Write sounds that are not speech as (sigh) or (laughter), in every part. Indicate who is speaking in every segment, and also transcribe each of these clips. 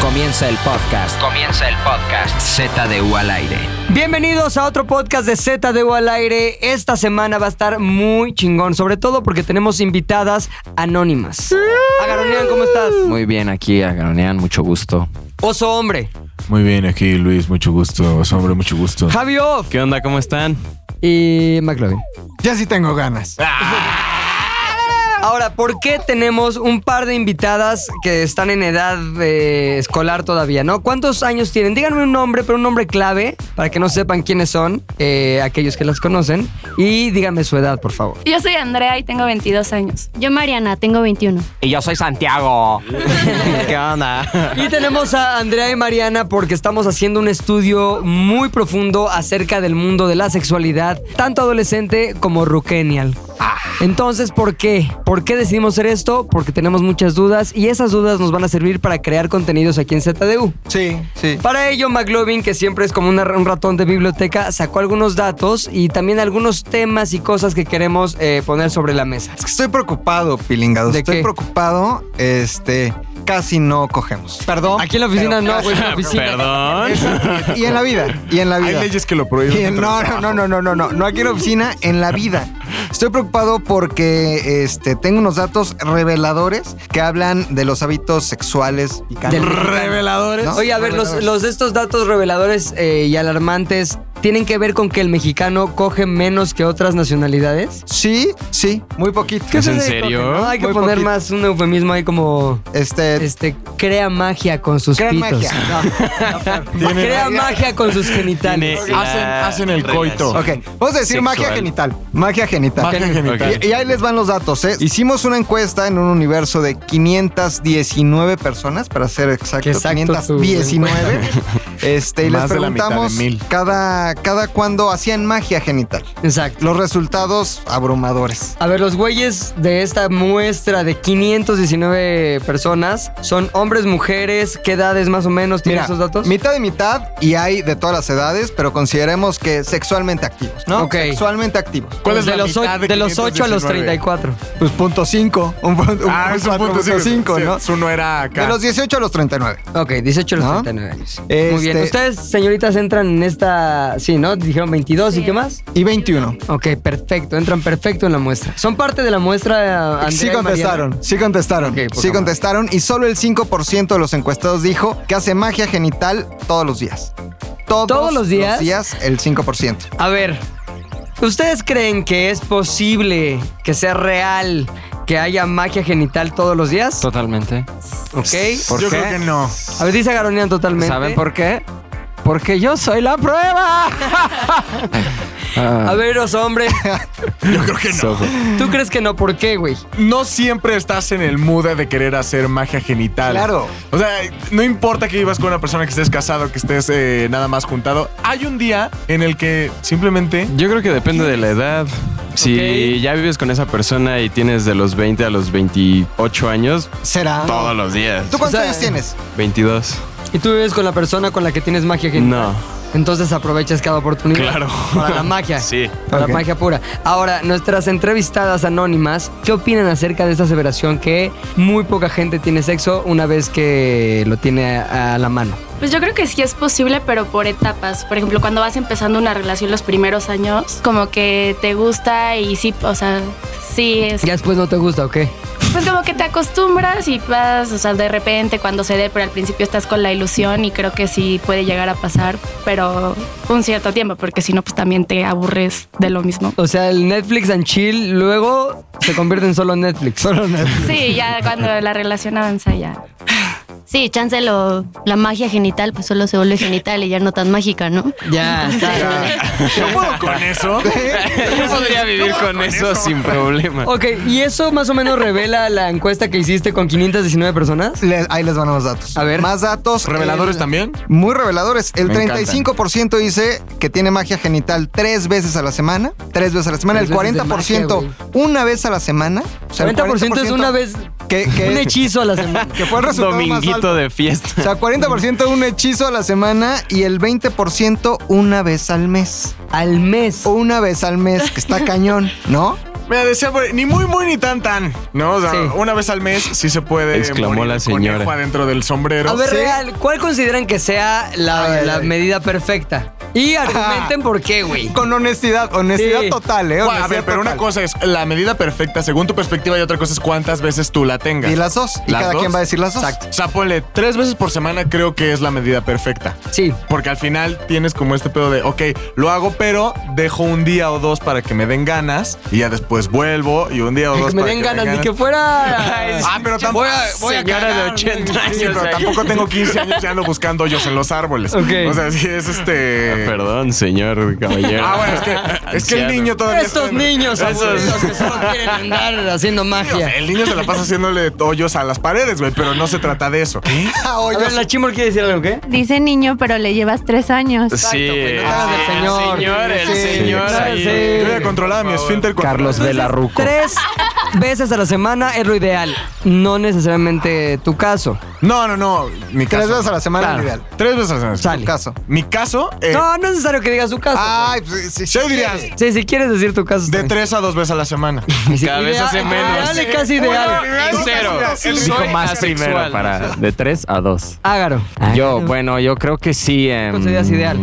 Speaker 1: Comienza el podcast. Comienza el podcast. Z de U al aire.
Speaker 2: Bienvenidos a otro podcast de Z de U al aire. Esta semana va a estar muy chingón, sobre todo porque tenemos invitadas anónimas. Agaronian, ¿cómo estás?
Speaker 1: Muy bien aquí, Agaronean, mucho gusto.
Speaker 2: Oso hombre,
Speaker 3: Muy bien, aquí Luis, mucho gusto. Oso, Hombre, mucho gusto.
Speaker 2: Javi Off
Speaker 4: ¿Qué onda? ¿Cómo están?
Speaker 2: y McLovin.
Speaker 3: Ya sí tengo ganas.
Speaker 2: Ah. Ahora, ¿por qué tenemos un par de invitadas que están en edad eh, escolar todavía, no? ¿Cuántos años tienen? Díganme un nombre, pero un nombre clave para que no sepan quiénes son eh, aquellos que las conocen. Y díganme su edad, por favor.
Speaker 5: Yo soy Andrea y tengo 22 años.
Speaker 6: Yo, Mariana, tengo 21.
Speaker 4: Y yo soy Santiago. (laughs) ¿Qué onda?
Speaker 2: Y tenemos a Andrea y Mariana porque estamos haciendo un estudio muy profundo acerca del mundo de la sexualidad, tanto adolescente como ruquenial. Entonces, ¿por qué? ¿Por qué decidimos hacer esto? Porque tenemos muchas dudas y esas dudas nos van a servir para crear contenidos aquí en ZDU.
Speaker 3: Sí, sí.
Speaker 2: Para ello, McLovin, que siempre es como una- un ratón de biblioteca, sacó algunos datos y también algunos temas y cosas que queremos eh, poner sobre la mesa.
Speaker 7: Es que estoy preocupado, pilingados.
Speaker 2: ¿De
Speaker 7: estoy
Speaker 2: qué?
Speaker 7: preocupado. Este, casi no cogemos. Perdón. Ah.
Speaker 2: Aquí en la oficina no, güey, en la oficina.
Speaker 4: Perdón.
Speaker 7: Y en la vida. Y en la
Speaker 3: Hay
Speaker 7: vida.
Speaker 3: leyes que lo
Speaker 7: Y
Speaker 3: prohíben.
Speaker 7: en- no, no, no, no, no, no, no. No aquí en la oficina, en la vida. Estoy preocupado porque este, tengo unos datos reveladores que hablan de los hábitos sexuales y
Speaker 2: Del-
Speaker 3: Reveladores.
Speaker 7: ¿no?
Speaker 2: Oye, a ver, los,
Speaker 7: Reveladores.
Speaker 2: los de estos datos reveladores eh, y alarmantes tienen que ver con que el mexicano coge menos que otras nacionalidades.
Speaker 7: Sí, sí, muy poquito.
Speaker 4: ¿Es
Speaker 2: Eso
Speaker 4: en
Speaker 2: de
Speaker 4: serio?
Speaker 2: coge, ¿no? Hay que
Speaker 7: ¿Ah? Muy
Speaker 2: poner
Speaker 7: poquito.
Speaker 2: más un eufemismo ahí como.
Speaker 7: Este,
Speaker 2: Este, crea magia con sus
Speaker 7: gran
Speaker 2: pitos.
Speaker 7: magia. No.
Speaker 2: (laughs)
Speaker 3: Tiene-
Speaker 2: Crea magia con sus genitales.
Speaker 4: Tiene
Speaker 3: Hacen-
Speaker 4: la
Speaker 3: hacen el coito.
Speaker 7: Ok, vamos a decir
Speaker 4: Sexual.
Speaker 7: magia genital. Magia genital.
Speaker 3: Magia genital.
Speaker 7: Y, y ahí les van los datos, ¿eh? Hicimos una encuesta en un universo de 519 personas, para ser exacto,
Speaker 2: Qué exacto tu
Speaker 7: 519. Este, y les
Speaker 3: Más de la mitad de
Speaker 7: preguntamos
Speaker 3: mil.
Speaker 7: cada, cada cuándo hacían magia genital.
Speaker 2: Exacto.
Speaker 7: Los resultados abrumadores.
Speaker 2: A ver, los güeyes de esta muestra de 519 personas son hombres, mujeres, ¿qué edades más o menos tienen esos datos?
Speaker 7: mitad y mitad y hay de todas las edades, pero consideremos que sexualmente activos, ¿no?
Speaker 2: Ok.
Speaker 7: Sexualmente activos.
Speaker 3: ¿Cuál es
Speaker 2: de
Speaker 3: la
Speaker 2: los,
Speaker 3: mitad
Speaker 2: o-
Speaker 3: de
Speaker 2: de los 8 a los
Speaker 3: 519?
Speaker 2: 34.
Speaker 7: Pues punto cinco, un, pun- un
Speaker 3: Ah, es un
Speaker 7: cuatro
Speaker 3: punto
Speaker 7: punto cinco,
Speaker 3: cinco.
Speaker 7: ¿no?
Speaker 3: Su no era acá.
Speaker 7: De los 18 a los 39.
Speaker 2: Ok, 18 a los
Speaker 7: ¿No?
Speaker 2: 39 años. Muy
Speaker 7: Este-
Speaker 2: bien. Ustedes, señoritas, entran en esta. Sí, ¿no? Dijeron 22 y
Speaker 5: Sí.
Speaker 2: qué más.
Speaker 7: Y 21.
Speaker 2: Ok, perfecto. Entran perfecto en la muestra. Son parte de la muestra. Andrea
Speaker 7: sí
Speaker 2: y Mariana?
Speaker 7: contestaron, sí contestaron,
Speaker 2: Ok, poca
Speaker 7: sí
Speaker 2: madre.
Speaker 7: contestaron y solo el 5% de los encuestados dijo que hace magia genital todos los días. Todos,
Speaker 2: ¿Todos los días?
Speaker 7: el 5%.
Speaker 2: A ver, ¿ustedes creen que es posible que sea real que haya magia genital todos los días?
Speaker 1: Totalmente.
Speaker 2: Ok.
Speaker 1: ¿Por
Speaker 3: Yo
Speaker 1: qué?
Speaker 3: creo que no.
Speaker 2: A ver, dice Garonian totalmente.
Speaker 1: ¿Saben por qué? Porque yo soy la prueba.
Speaker 2: A ver, os hombre,
Speaker 3: Yo creo que no.
Speaker 2: ¿tú crees que no? ¿Por qué, güey?
Speaker 3: No siempre estás en el mood de querer hacer magia genital.
Speaker 7: Claro.
Speaker 3: O sea, no importa que vivas con una persona que estés casado, que estés eh, nada más juntado. Hay un día en el que
Speaker 7: (laughs)
Speaker 3: simplemente
Speaker 4: Yo creo que depende de la edad. Si
Speaker 2: Ok.
Speaker 4: ya vives con esa persona y tienes de los 20 a los 28 años,
Speaker 7: ¿Será?
Speaker 4: todos los días.
Speaker 7: ¿Tú cuántos
Speaker 2: O sea,
Speaker 7: años tienes?
Speaker 4: 22.
Speaker 2: ¿Y tú vives con la persona con la que tienes magia genital?
Speaker 4: No.
Speaker 2: Entonces aprovechas cada oportunidad.
Speaker 4: Claro.
Speaker 2: Para la magia.
Speaker 4: (laughs) Sí.
Speaker 2: Para
Speaker 7: Ok.
Speaker 2: la magia pura. Ahora, nuestras entrevistadas anónimas, ¿qué opinan acerca de esta aseveración que muy poca gente tiene sexo una vez que lo tiene a a la mano?
Speaker 5: Pues yo creo que sí es posible, pero por etapas. Por ejemplo, cuando vas empezando una relación los primeros años, como que te gusta y sí, o sea, sí es.
Speaker 2: Ya después no te gusta, ¿o qué?
Speaker 5: Pues como que te acostumbras y vas, o sea, de repente cuando se dé, pero al principio estás con la ilusión y creo que sí puede llegar a pasar, pero un cierto tiempo, porque si no, pues también te aburres de lo mismo.
Speaker 2: O sea, el Netflix and chill luego se convierte en solo
Speaker 7: (laughs)
Speaker 2: Netflix. Solo Netflix.
Speaker 5: Sí, ya cuando la relación avanza ya.
Speaker 6: Sí, chance lo, la magia genital, pues solo
Speaker 2: (laughs)
Speaker 6: se vuelve genital y ya no tan mágica, ¿no?
Speaker 7: (laughs)
Speaker 2: Ya, está.
Speaker 3: no puedo con eso.
Speaker 4: Yo podría vivir con eso sin problema.
Speaker 2: Ok, ¿y eso más o menos revela la encuesta que hiciste con 519 personas?
Speaker 7: Le- ahí les van los datos.
Speaker 2: A ver.
Speaker 7: Más datos.
Speaker 3: ¿Reveladores
Speaker 7: El-
Speaker 3: también?
Speaker 7: Muy reveladores. El
Speaker 3: Me
Speaker 7: 35% dice que tiene magia genital tres veces a la semana. Tres veces a la semana.
Speaker 2: Tres
Speaker 7: el
Speaker 2: veces de
Speaker 7: 40%
Speaker 2: magia,
Speaker 7: una vez a la semana. O sea, el
Speaker 2: 40% es una vez
Speaker 7: Que, que- (laughs)
Speaker 2: un hechizo a la semana.
Speaker 7: que fue el resultado más alto.
Speaker 4: Dominguito de
Speaker 7: O
Speaker 4: fiesta.
Speaker 7: sea, 40% un hechizo a la semana y el 20% una vez al mes.
Speaker 2: Al mes.
Speaker 7: Uh, Una vez al mes, que está cañón, ¿no?
Speaker 3: Mira, decía, por- ni muy, muy, ni tan, tan. No, o sea,
Speaker 2: Sí.
Speaker 3: una vez al mes sí se puede.
Speaker 4: Exclamó
Speaker 3: morir
Speaker 4: la
Speaker 3: un
Speaker 4: señora.
Speaker 3: conejo adentro del sombrero.
Speaker 2: A ver,
Speaker 3: Sí.
Speaker 2: real, ¿cuál consideran que sea la,
Speaker 7: Ay, ay,
Speaker 2: la
Speaker 7: ay.
Speaker 2: medida perfecta? Y argumenten por qué, güey.
Speaker 7: (laughs) Con honestidad, honestidad
Speaker 2: Sí.
Speaker 7: total, ¿eh?
Speaker 3: Bueno, a ver,
Speaker 7: Honestidad
Speaker 3: pero una
Speaker 7: total.
Speaker 3: cosa es la medida perfecta según tu perspectiva y otra cosa es cuántas veces tú la tengas.
Speaker 7: Y las dos. Y
Speaker 3: ¿Las
Speaker 7: cada
Speaker 3: dos?
Speaker 7: quien va a decir las dos.
Speaker 3: Exacto. O sea, ponle tres veces por semana creo que es la medida perfecta.
Speaker 2: Sí.
Speaker 3: Porque al final tienes como este pedo de, ok, lo hago, pero dejo un día o dos para que me den ganas y ya después vuelvo y un día o
Speaker 2: Que
Speaker 3: dos
Speaker 2: me
Speaker 3: para
Speaker 2: den ganas, ni
Speaker 3: den
Speaker 2: que fuera.
Speaker 3: Ah, pero tampoco.
Speaker 2: Voy a- voy a
Speaker 4: Señora de
Speaker 2: cagar,
Speaker 4: 80
Speaker 2: güey.
Speaker 3: Sí, pero
Speaker 4: años.
Speaker 3: tampoco tengo 15 años y ando buscando hoyos en los árboles.
Speaker 2: Ok.
Speaker 3: O sea, sí es este.
Speaker 4: Ah, Perdón, señor caballero.
Speaker 3: Ah, bueno, es que, es que el
Speaker 4: Anciano.
Speaker 3: niño todavía.
Speaker 2: Estos
Speaker 3: está-
Speaker 2: niños
Speaker 4: Esos.
Speaker 2: aburridos que solo quieren andar haciendo
Speaker 3: Sí, o sea,
Speaker 2: magia.
Speaker 3: el niño se la pasa haciéndole hoyos a las paredes, güey, pero no se trata de eso. (laughs)
Speaker 7: Ah,
Speaker 2: A
Speaker 7: oye,
Speaker 2: ver, la Chimor quiere decir algo, ¿qué?
Speaker 8: Dice niño, pero le llevas tres años.
Speaker 4: Sí,
Speaker 2: pues, no hagas el
Speaker 4: Ah,
Speaker 2: señor.
Speaker 4: señor, el
Speaker 2: Sí,
Speaker 4: señor.
Speaker 2: sí,
Speaker 4: ahí.
Speaker 2: sí.
Speaker 3: Yo ya controlaba mi esfínter con
Speaker 9: Carlos Belarruco.
Speaker 2: Tres veces a la semana es lo ideal. No necesariamente tu caso.
Speaker 3: No, no, no. Mi
Speaker 7: tres
Speaker 3: caso.
Speaker 7: veces a la semana
Speaker 2: Claro.
Speaker 7: es lo ideal.
Speaker 3: Tres veces a la semana.
Speaker 2: Sale.
Speaker 7: Caso.
Speaker 3: Mi caso, eh,
Speaker 2: No, no es necesario que digas tu caso.
Speaker 7: Ay, pues, sí, sí.
Speaker 3: yo diría
Speaker 2: Sí, si quieres decir tu caso. está
Speaker 3: de
Speaker 2: bien.
Speaker 3: tres a dos veces a la semana.
Speaker 2: Y si-
Speaker 4: Cada vez
Speaker 2: ideal-
Speaker 4: hace menos.
Speaker 2: Ideal, es casi ideal.
Speaker 3: Bueno,
Speaker 4: Cero.
Speaker 3: Él
Speaker 9: Dijo
Speaker 4: Soy
Speaker 9: más
Speaker 4: asexual.
Speaker 9: primero para de 3 a 2.
Speaker 2: Ágaro.
Speaker 9: Yo,
Speaker 4: pues,
Speaker 9: bueno, yo creo que sí. em,
Speaker 2: consideras ideal?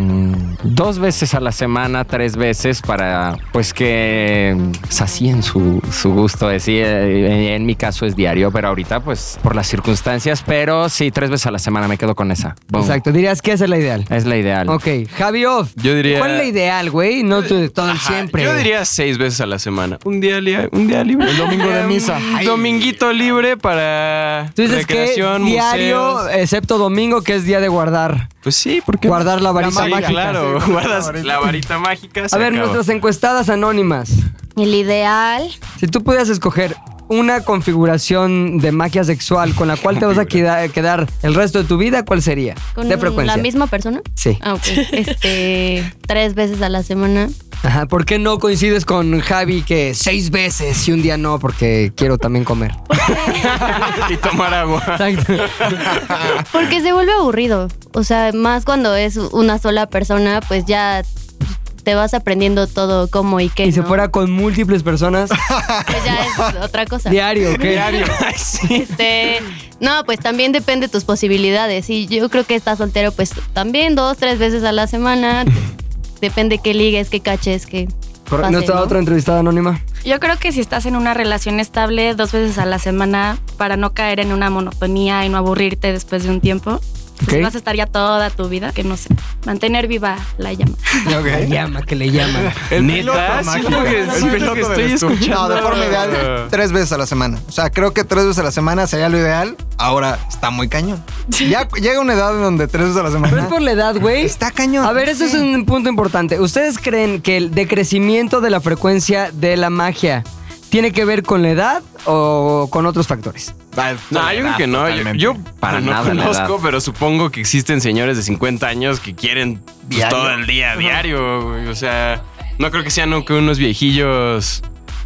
Speaker 9: Dos veces a la semana, tres veces para, pues que em, sacien su, su gusto. eh, Sí, eh, en mi caso es diario, pero ahorita, pues por las circunstancias, pero sí, tres veces a la semana me quedo con esa. Boom.
Speaker 2: Exacto, dirías que esa es la ideal.
Speaker 9: Es la ideal.
Speaker 2: Ok, Javi Off.
Speaker 4: Yo diría-
Speaker 2: ¿Cuál es la ideal, güey? No tú- todo el
Speaker 4: Ajá,
Speaker 2: siempre.
Speaker 4: Yo diría seis veces a la semana. Un día, lia- un día libre. El domingo de misa. dominguito libre para
Speaker 2: Tú dices que
Speaker 4: recreación,
Speaker 2: diario,
Speaker 4: museos.
Speaker 2: excepto domingo, que es día de guardar.
Speaker 4: Pues sí, porque
Speaker 2: Guardar la varita
Speaker 4: Sí,
Speaker 2: mágica.
Speaker 4: Claro, guardas la varita mágica. se
Speaker 2: A ver,
Speaker 4: acabó.
Speaker 2: nuestras encuestadas anónimas.
Speaker 6: El ideal.
Speaker 2: Si tú pudieras escoger una configuración de magia sexual con la cual te vas a queda- quedar el resto de tu vida, ¿cuál sería?
Speaker 6: Con
Speaker 2: de frecuencia.
Speaker 6: la misma persona.
Speaker 2: Sí.
Speaker 6: Ah, ok. Este,
Speaker 2: (laughs)
Speaker 6: tres veces a la semana.
Speaker 2: Ajá, ¿Por qué no coincides con Javi que seis veces y un día no porque quiero también
Speaker 4: (laughs)
Speaker 2: comer? (laughs)
Speaker 4: y tomar agua.
Speaker 2: Exacto.
Speaker 6: Porque se vuelve aburrido. O sea, más cuando es una sola persona, pues ya te vas aprendiendo todo cómo y qué.
Speaker 2: Y se
Speaker 6: ¿no?
Speaker 2: fuera con múltiples
Speaker 6: (laughs)
Speaker 2: personas
Speaker 6: Pues ya
Speaker 2: (laughs)
Speaker 6: es otra cosa.
Speaker 2: diario, ¿ok?
Speaker 6: Este, no, pues también depende de tus posibilidades. Y yo creo que estás soltero, pues también dos, tres veces a
Speaker 2: (laughs)
Speaker 6: la semana. Depende qué ligues, qué caches, qué.
Speaker 2: Corre-
Speaker 6: pase,
Speaker 2: ¿No está
Speaker 6: ¿no?
Speaker 2: otra entrevistada anónima?
Speaker 5: Yo creo que si estás en una relación estable dos veces a la semana para no caer en una monotonía y no aburrirte después de un tiempo, pues
Speaker 2: Ok.
Speaker 5: vas a estar ya toda tu vida, que no sé, mantener viva la llama.
Speaker 2: Le llama, que le llaman.
Speaker 4: El
Speaker 3: piloto
Speaker 4: Neta, sí,
Speaker 3: mágico.
Speaker 4: lo que,
Speaker 3: El
Speaker 4: sí, lo que
Speaker 3: piloto del
Speaker 4: estoy
Speaker 3: estuche.
Speaker 4: escuchando.
Speaker 7: No, de forma ideal, tres veces a la semana. O sea, creo que tres veces a la semana sería lo ideal. Ahora está muy
Speaker 2: (laughs)
Speaker 7: cañón. Ya llega una edad en donde tres veces a la
Speaker 2: Pero es por
Speaker 7: semana.
Speaker 2: la edad, güey.
Speaker 7: Está cañón.
Speaker 2: A ver, eso es
Speaker 7: Sí.
Speaker 2: un punto importante. ¿Ustedes creen que el decrecimiento de la frecuencia de la magia tiene que ver con la edad o con otros factores?
Speaker 4: Ah, No, yo creo que no. Yo, yo
Speaker 9: Para
Speaker 4: no
Speaker 9: nada la
Speaker 4: conozco,
Speaker 9: edad.
Speaker 4: pero supongo que existen señores de 50 años que quieren pues, todo el día, diario. güey. O sea, no creo que sean no, que unos viejillos.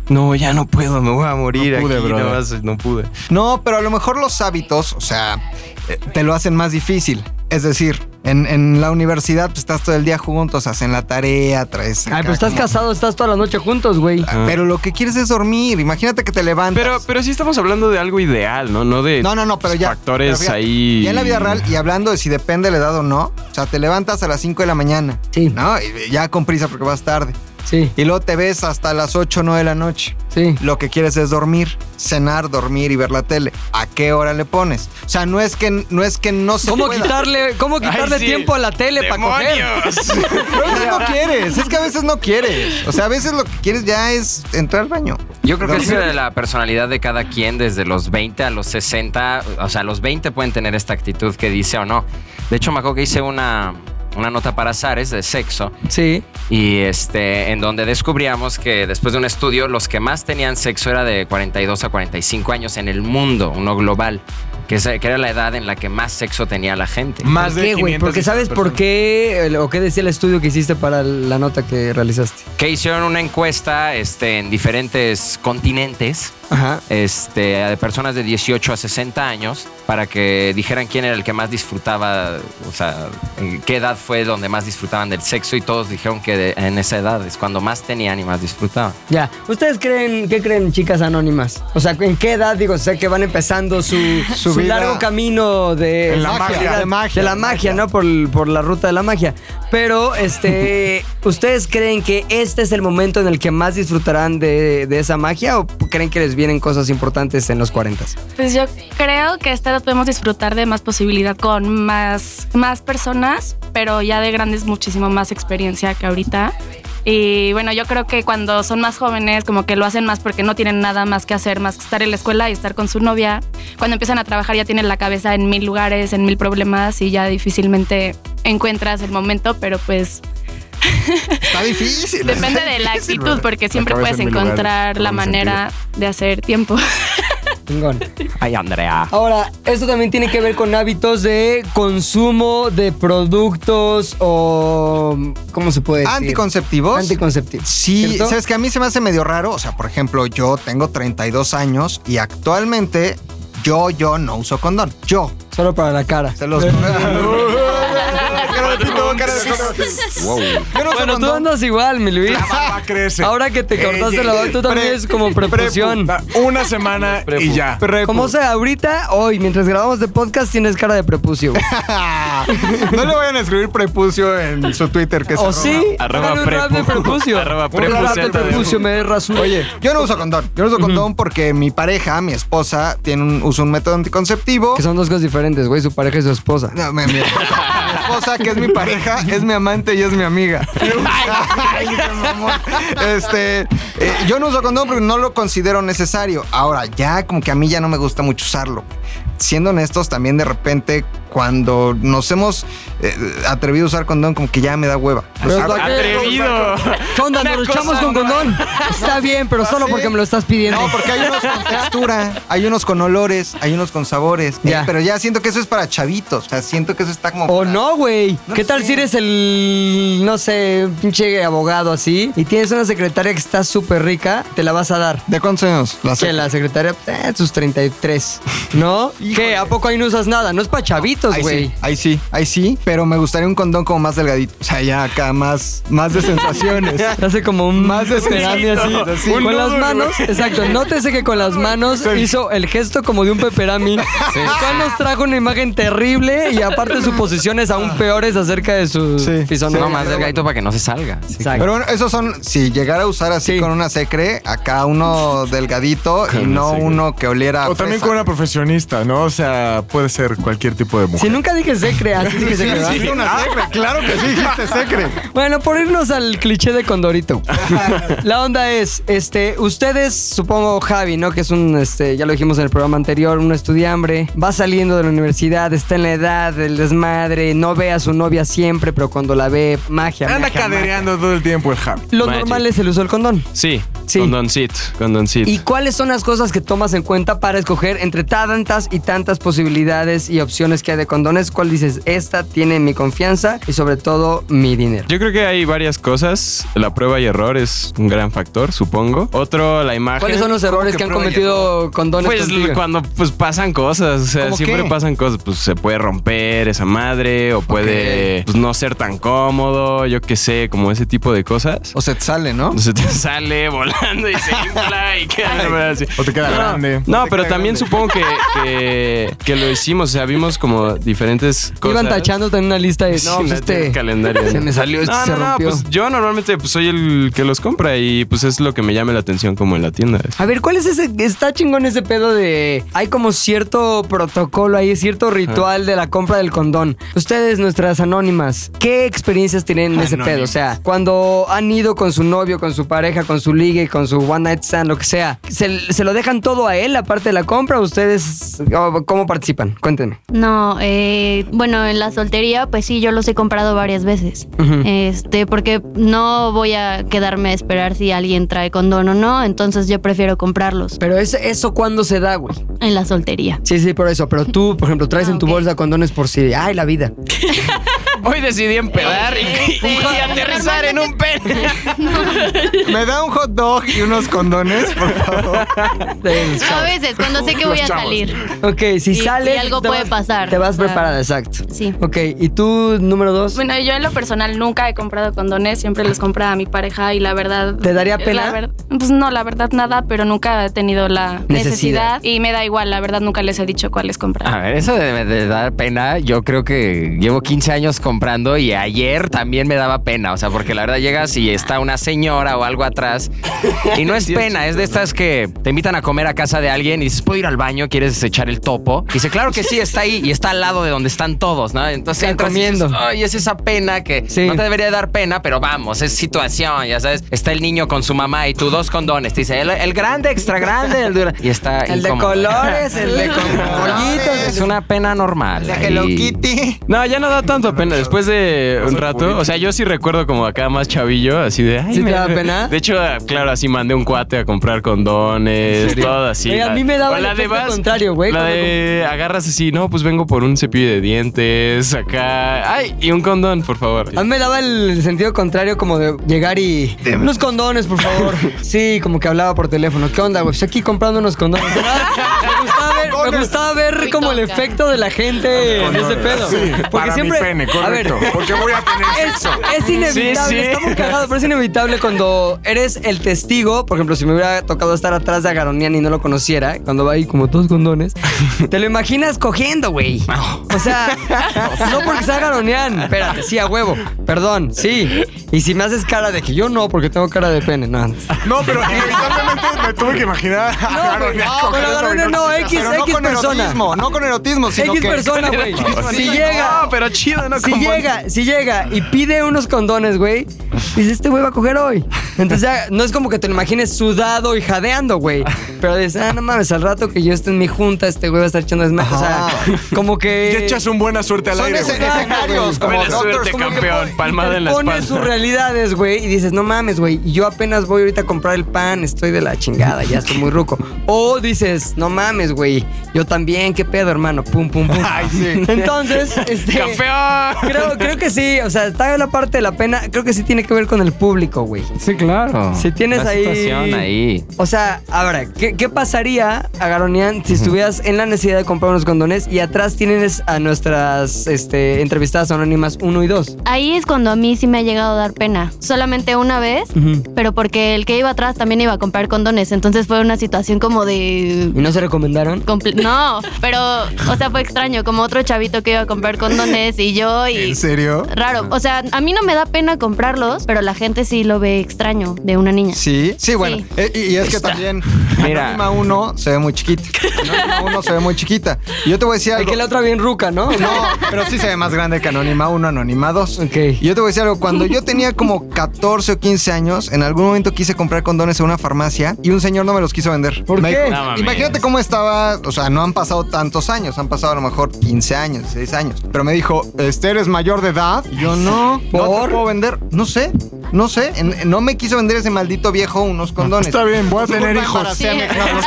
Speaker 4: No, ya no puedo, me voy a morir
Speaker 3: No pude,
Speaker 4: aquí,
Speaker 3: brother.
Speaker 4: nada
Speaker 3: (laughs)
Speaker 4: más, no pude.
Speaker 7: No, pero a lo mejor los hábitos, o sea, eh, te lo hacen más difícil. Es decir, en, en la universidad pues, estás todo el día juntos, hacen la tarea, traes.
Speaker 2: Ay,
Speaker 7: acá
Speaker 2: pero estás
Speaker 7: como-
Speaker 2: casado, estás toda la noche juntos, güey.
Speaker 7: Ah, Pero lo que quieres es dormir. Imagínate que te levantas.
Speaker 4: Pero, pero sí estamos hablando de algo ideal, ¿no? No de
Speaker 7: No, no, no, pero ya.
Speaker 4: factores
Speaker 7: pero fíjate,
Speaker 4: ahí.
Speaker 7: Ya en la vida real, y hablando de si depende la edad o no, o sea, te levantas a las 5 de la mañana,
Speaker 2: Sí,
Speaker 7: ¿no? Y ya con prisa porque vas tarde.
Speaker 2: sí,
Speaker 7: Y luego te ves hasta las 8 o 9 de la noche.
Speaker 2: sí.
Speaker 7: Lo que quieres es dormir, cenar, dormir y ver la tele. ¿A qué hora le pones? O sea, no es que no, es que no se
Speaker 2: ¿Cómo
Speaker 7: pueda.
Speaker 2: quitarle, cómo quitarle
Speaker 4: sí.
Speaker 2: tiempo a la tele para coger?
Speaker 7: (laughs)
Speaker 4: ¡Demonios!
Speaker 7: Pero es que (laughs) no quieres, es que a veces no quieres. O sea, a veces lo que quieres ya es entrar al baño.
Speaker 9: Yo creo que
Speaker 7: No.
Speaker 9: es de la personalidad de cada quien, desde los 20 a los 60. O sea, los 20 pueden tener esta actitud que dice o no. De hecho, me acuerdo que hice una, una nota para Zares de sexo
Speaker 2: Sí.
Speaker 9: y este, en donde descubríamos que después de un estudio, los que más tenían sexo era de 42 a 45 años en el mundo, uno global, que, es- que era la edad en la que más sexo tenía la gente.
Speaker 3: Más
Speaker 2: ¿Por
Speaker 3: de
Speaker 2: qué, güey?
Speaker 3: 500
Speaker 2: Porque ¿sabes por
Speaker 3: personas.
Speaker 2: qué el- o qué decía el estudio que hiciste para la nota que realizaste?
Speaker 9: Que hicieron una encuesta este, en diferentes continentes
Speaker 7: Ajá.
Speaker 9: este, de personas de 18 a 60 años para que dijeran quién era el que más disfrutaba, o sea, en qué edad fue donde más disfrutaban del sexo y todos dijeron que de- en esa edad es cuando más tenían y más disfrutaban.
Speaker 2: Ya, ¿ustedes creen, qué creen chicas anónimas? O sea, ¿en qué edad, digo, sé que van empezando su,
Speaker 7: Su
Speaker 2: su
Speaker 7: vida.
Speaker 2: largo camino de
Speaker 3: En la magia.
Speaker 2: de,
Speaker 7: De magia.
Speaker 2: la magia, ¿no? Por, por la ruta de la magia. Pero, este, ¿ustedes creen que este es el momento en el que más disfrutarán de, de esa magia o creen que les vienen cosas importantes en los 40?
Speaker 5: Pues yo creo que a esta edad podemos disfrutar de más posibilidad con más, más personas, pero ya de grandes muchísimo más experiencia que ahorita. Y bueno, yo creo que cuando son más jóvenes como que lo hacen más porque no tienen nada más que hacer, más que estar en la escuela y estar con su novia. Cuando empiezan a trabajar ya tienen la cabeza en mil lugares, en mil problemas y ya difícilmente encuentras el momento, pero pues
Speaker 7: Está difícil.
Speaker 3: (laughs)
Speaker 5: depende
Speaker 7: está
Speaker 5: de la
Speaker 7: difícil,
Speaker 5: actitud
Speaker 7: brother.
Speaker 5: porque siempre
Speaker 3: cabeza
Speaker 5: puedes
Speaker 3: en mil lugares,
Speaker 5: encontrar
Speaker 3: todo
Speaker 5: la
Speaker 3: el
Speaker 5: manera de hacer tiempo.
Speaker 2: Chingón.
Speaker 9: Ay, Andrea.
Speaker 2: Ahora, esto también tiene que ver con hábitos de consumo de productos o... ¿Cómo se puede decir?
Speaker 7: Anticonceptivos.
Speaker 2: Anticonceptivos.
Speaker 7: Sí,
Speaker 2: ¿cierto?
Speaker 7: sabes que a mí se me hace medio raro. O sea, por ejemplo, yo tengo 32 años y actualmente yo, yo no uso condón. Yo.
Speaker 2: Solo para la cara. (laughs)
Speaker 7: Se los.
Speaker 9: Wow.
Speaker 7: Yo no uso
Speaker 2: Bueno, tú
Speaker 7: condón.
Speaker 2: andas igual, mi Luis.
Speaker 3: barba crece.
Speaker 2: Ahora que te
Speaker 3: Ey,
Speaker 2: cortaste
Speaker 3: ey,
Speaker 2: la barba,
Speaker 3: ey,
Speaker 2: tú también
Speaker 3: pre-
Speaker 2: es como
Speaker 3: prepu.
Speaker 2: preposición.
Speaker 3: Va, Una semana y ya.
Speaker 2: Como sea, ahorita, hoy, mientras grabamos de podcast, tienes cara de
Speaker 7: (laughs)
Speaker 2: prepucio. güey.
Speaker 7: no le vayan a escribir prepucio en su Twitter, que es
Speaker 2: ¿O
Speaker 7: arroba-
Speaker 2: sí?
Speaker 4: Arroba
Speaker 2: dale un rap de
Speaker 4: prepu.
Speaker 2: prepucio.
Speaker 4: Arroba
Speaker 2: Un
Speaker 4: prepu,
Speaker 2: rap de
Speaker 4: Z de
Speaker 2: prepucio,
Speaker 4: U.
Speaker 2: me rasuro.
Speaker 7: Oye, yo no uso condón. Yo no uso condón porque mi pareja, mi esposa, tiene un, usa un método anticonceptivo.
Speaker 2: Que son dos cosas diferentes, güey, su pareja y su esposa.
Speaker 7: No, mi, mi- mi esposa, que es mi pareja, es mi amante y es mi amiga. Ay, qué mamón. este, eh, yo no uso condón porque no lo considero necesario. Ahora, ya como que a mí ya no me gusta mucho usarlo. Siendo honestos, también de repente cuando nos hemos eh, atrevido a usar condón, como que ya me da hueva.
Speaker 2: Pero
Speaker 7: Usar-
Speaker 2: ¿para qué?
Speaker 4: Atrevido.
Speaker 2: ¿Qué onda? ¿Nos lo echamos con condón? (laughs) Está bien, pero solo
Speaker 7: ¿Ah, ¿sí?
Speaker 2: porque me lo estás pidiendo.
Speaker 7: No, porque hay unos con textura, hay unos con olores, hay unos con sabores.
Speaker 2: Ya.
Speaker 7: Eh, pero ya siento que eso es para chavitos. O sea, siento que eso está como.
Speaker 2: O
Speaker 7: para-
Speaker 2: no, güey.
Speaker 7: No
Speaker 2: ¿Qué tal
Speaker 7: sé.
Speaker 2: si eres el, no sé, pinche abogado así? Y tienes una secretaria que está súper rica, te la vas a dar.
Speaker 7: ¿De cuántos años? La
Speaker 2: Que la secretaria, eh, sus 33,
Speaker 7: (laughs)
Speaker 2: ¿no? ¿Qué? ¿A poco ahí no usas nada? No es para chavitos,
Speaker 7: Ahí
Speaker 2: güey.
Speaker 7: sí, ahí sí, ahí sí, pero me gustaría un condón como más delgadito. O sea, ya acá más, más de sensaciones.
Speaker 2: Te Hace como un
Speaker 7: (laughs) Más desesperante
Speaker 2: así,
Speaker 7: así, así.
Speaker 2: Con
Speaker 7: Un
Speaker 2: las
Speaker 7: nudo,
Speaker 2: manos, exacto. Nótese que
Speaker 7: (laughs)
Speaker 2: con las manos hizo el gesto como de un peperami. (laughs) Lo cual nos trajo una imagen terrible y aparte suposiciones aún peores acerca de su
Speaker 7: Sí,
Speaker 2: fisonomía.
Speaker 9: No, más delgadito para que no se salga.
Speaker 2: Exacto.
Speaker 7: Pero bueno, esos son, si llegara a usar así
Speaker 2: Sí.
Speaker 7: con una secre, acá uno delgadito y
Speaker 4: Con
Speaker 7: no
Speaker 4: una secre.
Speaker 7: uno que oliera. a
Speaker 3: O también
Speaker 7: fresa.
Speaker 3: con una profesionista, ¿no? O sea, puede ser cualquier tipo de
Speaker 2: si
Speaker 3: mujer.
Speaker 2: nunca dije secre, así dije secre, ¿verdad?
Speaker 7: Dijiste
Speaker 3: Ah.
Speaker 7: una secre, claro que sí, dijiste secre.
Speaker 2: Bueno, por irnos al cliché de Condorito. La onda es, este, ustedes, supongo Javi, ¿no? Que es un, este, ya lo dijimos en el programa anterior, un estudiambre, va saliendo de la universidad, está en la edad del desmadre, no ve a su novia siempre, pero cuando la ve, magia.
Speaker 3: (laughs) Anda
Speaker 2: magia, magia.
Speaker 3: cadereando todo el tiempo el Javi.
Speaker 2: Lo
Speaker 4: Magic.
Speaker 2: normal es el uso del condón.
Speaker 4: Sí,
Speaker 2: Sí.
Speaker 4: condoncito, condoncito.
Speaker 2: ¿Y cuáles son las cosas que tomas en cuenta para escoger entre tantas y tantas posibilidades y opciones que hay de condones? ¿Cuál dices? Esta tiene mi confianza y sobre todo mi dinero.
Speaker 4: Yo creo que hay varias cosas. La prueba y error es un gran factor, supongo. Otro, la imagen.
Speaker 2: ¿Cuáles son los errores que, han
Speaker 7: prueba y
Speaker 2: cometido condones?
Speaker 4: Pues
Speaker 2: contigo?
Speaker 4: cuando pues pasan cosas, o sea,
Speaker 7: ¿Cómo
Speaker 4: siempre
Speaker 7: qué?
Speaker 4: pasan cosas, pues se puede romper esa madre o puede pues, no ser tan cómodo, yo qué sé, como ese tipo de cosas.
Speaker 7: O se te sale, ¿no?
Speaker 4: Se te (laughs) sale volando y se infla y
Speaker 7: (laughs)
Speaker 4: queda así.
Speaker 3: O te queda grande.
Speaker 4: No, pero también supongo que, que, que lo hicimos, o sea, vimos como diferentes cosas.
Speaker 2: Iban tachando en una lista de. No,
Speaker 4: Sí,
Speaker 2: pues
Speaker 4: la tiene
Speaker 2: este.
Speaker 4: el calendario.
Speaker 2: Se me salió, este
Speaker 4: No,
Speaker 2: se
Speaker 4: no, no,
Speaker 2: rompió.
Speaker 4: pues yo normalmente pues soy el que los compra y pues es lo que me llama la atención como en la tienda.
Speaker 2: A ver, ¿cuál es ese? Está chingón ese pedo de. Hay como cierto protocolo ahí, cierto ritual de la compra del condón. Ustedes, nuestras anónimas, ¿qué experiencias tienen en ese pedo? O sea, cuando han ido con su novio, con su pareja, con su ligue, con su one night stand, lo que sea, ¿se, se lo dejan todo a él aparte de la compra? ¿Ustedes oh, cómo participan? Cuéntenme.
Speaker 6: No, eh, bueno, en la soltería, pues sí, yo los he comprado varias veces.
Speaker 2: Ujú.
Speaker 6: Este, porque no voy a quedarme a esperar si alguien trae condón o no, entonces yo prefiero comprarlos
Speaker 2: Pero es- eso, ¿cuándo se da, güey?
Speaker 6: en la soltería.
Speaker 2: Sí, sí, por eso. Pero tú, por ejemplo, traes
Speaker 6: Ah,
Speaker 2: en tu
Speaker 6: ok.
Speaker 2: bolsa condones por si. ¡Ay, la vida!
Speaker 4: Hoy decidí empedar y, y aterrizar en un pene.
Speaker 7: ¿Me da un hot dog y unos condones, por favor?
Speaker 6: A veces, cuando sé que voy a
Speaker 3: Los chavos.
Speaker 6: salir.
Speaker 2: Ok, si
Speaker 6: Y-
Speaker 2: sales.
Speaker 6: y algo
Speaker 2: te
Speaker 6: puede
Speaker 2: vas-
Speaker 6: pasar, Ah.
Speaker 2: Te vas
Speaker 6: o sea.
Speaker 2: preparada, exacto.
Speaker 6: Sí.
Speaker 2: Ok, ¿y tú, número dos?
Speaker 5: Bueno, yo en lo personal nunca he comprado condones, siempre los compra a mi pareja y la verdad...
Speaker 2: ¿Te daría
Speaker 5: la
Speaker 2: pena?
Speaker 5: ver- pues no, la verdad nada, pero nunca he tenido la
Speaker 2: Necesidad.
Speaker 5: necesidad, y me da igual, la verdad nunca les he dicho cuáles
Speaker 9: A
Speaker 2: Ah.
Speaker 5: comprar.
Speaker 9: ver, eso de, de dar pena, yo creo que llevo 15 años comprando y ayer también me daba pena, o sea, porque la verdad llegas y está una señora o algo atrás y no es pena, es de estas que te invitan a comer a casa de alguien y dices, ¿puedo ir al baño? ¿Quieres echar el topo? Y dice, claro que sí, está ahí y está al lado de donde están todos, ¿no? Entonces
Speaker 2: Están
Speaker 9: entras y
Speaker 2: comiendo.
Speaker 9: dices, ay, es esa pena que
Speaker 2: Sí.
Speaker 9: no te debería dar pena, pero vamos, es situación, ya sabes, está el niño con su mamá y tú dos condones, te dice, el, el grande, extra grande, el dura- y está
Speaker 2: El de
Speaker 9: incómodo.
Speaker 2: colores, el
Speaker 6: (laughs)
Speaker 2: de con
Speaker 7: colores.
Speaker 2: pollitos.
Speaker 9: Es una pena normal.
Speaker 7: La Hello
Speaker 9: Y-
Speaker 7: Kitty.
Speaker 4: No, ya no da tanto pena. Después de un rato, o sea, yo sí recuerdo como acá más chavillo, así de. ay,
Speaker 2: ¿Sí te
Speaker 4: me-
Speaker 2: daba pena?
Speaker 4: (laughs) De hecho, ah, claro, así mandé un cuate a comprar condones, todo así.
Speaker 2: Oye, a
Speaker 4: La-
Speaker 2: mí me daba
Speaker 4: o
Speaker 2: el
Speaker 4: la de
Speaker 2: efecto
Speaker 4: vas-
Speaker 2: contrario, güey,
Speaker 4: La
Speaker 2: cuando
Speaker 4: de agarras así, no, pues vengo por un cepillo de dientes, acá. Ay, y un condón, por favor.
Speaker 2: A mí me daba el sentido contrario como de llegar y... Unos condones, por
Speaker 3: (laughs)
Speaker 2: favor. Sí, como que hablaba por teléfono. ¿Qué onda, güey? Estoy aquí comprando unos condones.
Speaker 3: (laughs)
Speaker 2: me gustaba ver, me gustaba ver como el efecto de la gente en ese pedo.
Speaker 3: Sí, para
Speaker 2: siempre-
Speaker 3: mi pene,
Speaker 2: a ver,
Speaker 3: correcto. porque voy a tener (laughs)
Speaker 2: Es,
Speaker 3: sexo.
Speaker 2: (laughs) es inevitable,
Speaker 4: Sí, sí.
Speaker 2: está muy cagado, pero es inevitable cuando eres el testigo. Por ejemplo, si me hubiera tocado estar atrás de Agaronian y no lo conociera, ¿eh? cuando va ahí como todos condones, te lo imaginas cogiendo, güey. O sea, no porque sea Agaronian. Espérate, sí, a huevo. Perdón, sí. Y si me haces cara de que yo no, porque tengo cara de pene,
Speaker 7: (laughs)
Speaker 2: no.
Speaker 3: No, pero inevitablemente me tuve que imaginar (laughs) a Aaron
Speaker 2: güey, no,
Speaker 3: cogiendo (laughs)
Speaker 2: pero Aaron
Speaker 3: bailar.
Speaker 2: no, X,
Speaker 7: Pero no
Speaker 2: X
Speaker 7: con
Speaker 2: persona.
Speaker 7: erotismo, no con erotismo, sino
Speaker 2: X
Speaker 7: que... (laughs)
Speaker 2: persona, güey. Si
Speaker 3: Sí,
Speaker 2: llega.
Speaker 4: No, pero chido, (laughs) ¿no?
Speaker 2: si
Speaker 4: Como-
Speaker 2: llega, si llega y pide unos condones, güey, dices, este güey va a coger hoy. Entonces ya no es como que te lo imagines sudado y jadeando, güey. Pero dices, ah, no mames, al rato que yo esté en mi junta, este güey va a estar echando desmadre. O sea, como
Speaker 4: (laughs)
Speaker 3: Y
Speaker 2: que.
Speaker 3: echas un buena suerte al
Speaker 7: Son
Speaker 3: aire.
Speaker 7: ese-
Speaker 3: güey.
Speaker 7: escenarios como
Speaker 4: Buena suerte,
Speaker 7: Doctor Who.
Speaker 4: campeón. Palmada en la
Speaker 2: Pones sus
Speaker 4: espalda.
Speaker 2: realidades, güey, y dices, no mames, güey, y yo apenas voy ahorita a comprar el pan, estoy de la chingada, ya estoy muy ruco. O dices, no mames, güey, yo también, qué pedo, hermano, pum, pum,
Speaker 4: (laughs)
Speaker 2: pum. Ay, sí. Entonces, este...
Speaker 4: ¡Campeón!
Speaker 2: Creo, creo que sí, o sea, está en la parte de la pena, creo que sí tiene que ver con el público, güey.
Speaker 9: Sí, claro.
Speaker 2: Si tienes
Speaker 9: La
Speaker 2: ahí-
Speaker 9: situación ahí.
Speaker 2: O sea, ahora, ¿qué, qué pasaría, Agaronian, si estuvieras en la necesidad de comprar unos condones y atrás tienes a nuestras este, entrevistadas anónimas 1 y 2?
Speaker 6: Ahí es cuando a mí sí me ha llegado a dar pena. Solamente una vez, pero porque el que iba atrás también iba a comprar condones. Entonces fue una situación como de.
Speaker 2: ¿Y no se recomendaron?
Speaker 6: comple- No, pero, o sea, fue extraño, como otro chavito que iba a comprar condones y yo y...
Speaker 7: ¿En serio?
Speaker 6: Raro, o sea, a mí no me da pena comprarlos, pero la gente sí lo ve extraño de una niña.
Speaker 7: Sí, sí, bueno. Eh, Y, y es que (laughs) también
Speaker 9: Mira.
Speaker 7: Anónima 1 se ve muy chiquita. Anónima 1 se ve muy chiquita. Y Yo te voy a decir
Speaker 2: Hay
Speaker 7: algo.
Speaker 2: que la otra bien ruca, ¿no?
Speaker 7: (laughs) No, pero sí se ve más grande que Anónima 1, Anónima 2.
Speaker 2: Ok.
Speaker 7: Y yo te voy a decir algo. Cuando yo tenía como 14 o 15 años, en algún momento quise comprar condones en una farmacia y un señor no me los quiso vender.
Speaker 2: ¿Por
Speaker 7: Me
Speaker 2: qué?
Speaker 7: dijo,
Speaker 4: No mames.
Speaker 7: Imagínate cómo estaba. O sea, no han pasado tantos años. Han pasado a lo mejor 15 años, 16 años. Pero me dijo, este eres mayor de edad. Y yo no. No
Speaker 2: ¿Por?
Speaker 7: te puedo vender. No sé. No sé. En- no me quiso vender ese maldito viejo unos condones.
Speaker 3: Está bien, voy a
Speaker 7: Su
Speaker 3: tener
Speaker 7: culpa
Speaker 3: hijos.
Speaker 7: embaracé a mi- a los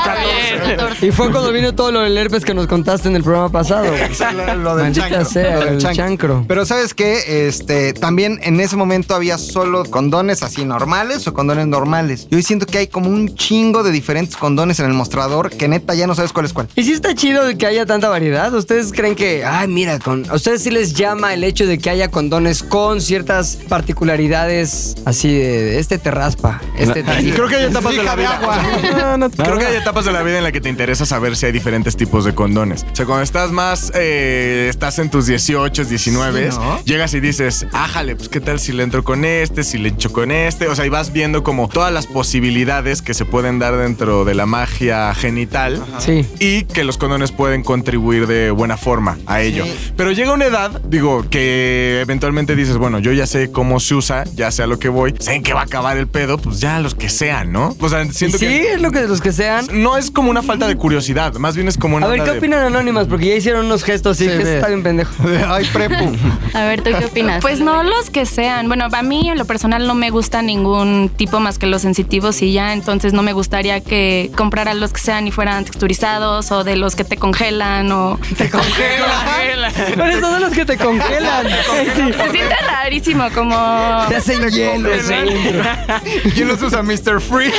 Speaker 7: 14.
Speaker 2: Y fue cuando vino todo lo del herpes que nos contaste en el programa pasado. güey.
Speaker 7: (laughs) lo del
Speaker 2: Maldita
Speaker 7: chancro,
Speaker 2: sea,
Speaker 7: lo del
Speaker 2: el
Speaker 7: chancro.
Speaker 2: chancro.
Speaker 7: Pero sabes que este, también en ese momento había solo condones así normales o condones normales. Yo hoy siento que hay como un chingo de diferentes condones en el mostrador que neta ya no sabes cuál es cuál.
Speaker 2: ¿Y si está chido de que haya tanta variedad? ¿Ustedes creen que, ay, mira, con, a ustedes sí les llama el hecho de que haya condones con ciertas particularidades así de, de este te raspa, este te
Speaker 3: Y (laughs) creo que hay etapas de la
Speaker 7: Hija de
Speaker 3: vida.
Speaker 7: agua.
Speaker 3: Creo que hay etapas de la vida en la que te interesa saber si hay diferentes tipos de condones. O sea, cuando estás más, eh, estás en tus 18, 19,
Speaker 7: Sí, ¿no?
Speaker 3: llegas y dices, ájale, pues qué tal si le entro con este, si le echo con este. O sea, y vas viendo como todas las posibilidades que se pueden dar dentro de la magia genital.
Speaker 2: Sí.
Speaker 3: y que los condones pueden contribuir de buena forma a ello. Pero llega una edad, digo, que eventualmente dices, bueno, yo ya sé cómo se usa, ya sé a lo que voy, saben que va a acabar el pedo, pues ya los que sean, ¿no? O sea,
Speaker 2: Y
Speaker 3: siento
Speaker 2: Sí,
Speaker 3: que
Speaker 2: es lo que los que sean.
Speaker 3: no es como una falta de curiosidad, más bien es como una
Speaker 2: A ver, ¿qué
Speaker 3: onda de- (laughs)
Speaker 2: opinan anónimas? Porque ya hicieron unos gestos y
Speaker 7: Sí,
Speaker 2: que
Speaker 7: ve.
Speaker 2: está bien pendejo.
Speaker 7: (laughs) Ay, prepu.
Speaker 6: A ver, ¿tú qué opinas?
Speaker 5: Pues no los que sean. Bueno, a mí en lo personal no me gusta ningún tipo más que los sensitivos y ya, entonces no me gustaría que compraran los que sean y fueran texturizados o de los que te congelan o...
Speaker 2: Te congelan. Pero son de los que te
Speaker 3: (laughs)
Speaker 2: congelan. Sí.
Speaker 5: (laughs) Se siente rarísimo como...
Speaker 2: Te hacen hielo.
Speaker 7: ¿Quién los usa, Mr. Free?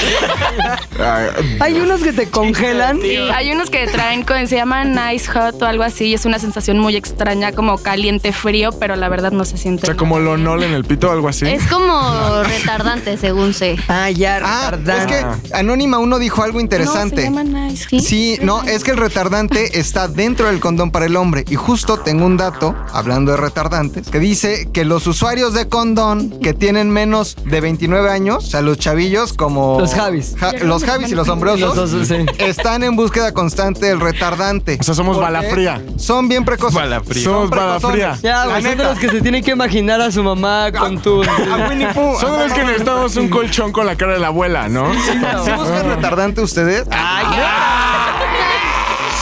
Speaker 2: Hay unos que te congelan.
Speaker 5: Sí, hay unos que traen, con- se llaman Ice Hot o algo así, y es una sensación muy extraña, como caliente frío, pero la verdad no se
Speaker 3: O
Speaker 5: siente.
Speaker 3: sea, como lo nol en el pito o algo así.
Speaker 6: Es como retardante, según sé.
Speaker 2: Ah, ya,
Speaker 7: Ah, es
Speaker 2: retardante.
Speaker 7: que Anónima 1 dijo algo interesante.
Speaker 5: No, se llaman Ice Hot.
Speaker 7: Sí, no, es que el retardante está dentro del condón para el hombre. Y justo tengo un dato, hablando de retardantes, que dice que los usuarios de condón que tienen menos de 29 años, o sea, los chavillos como...
Speaker 2: Los Javis.
Speaker 7: Ja- los Javis y los hombrosos.
Speaker 2: Los dos, sí.
Speaker 7: Están en búsqueda constante del retardante.
Speaker 3: O sea, somos
Speaker 7: Porque
Speaker 3: bala fría.
Speaker 7: Son bien precoces.
Speaker 4: Bala fría.
Speaker 7: Son
Speaker 3: Somos bala fría.
Speaker 7: precozones.
Speaker 2: Ya, güey, son de los que se tienen que imaginar a su mamá
Speaker 3: Ah.
Speaker 2: con tu.
Speaker 7: A Winnie Pooh.
Speaker 3: Son los que necesitamos un colchón con la cara de la abuela, ¿no?
Speaker 7: ¿Sí buscan retardante ustedes?
Speaker 9: Ah,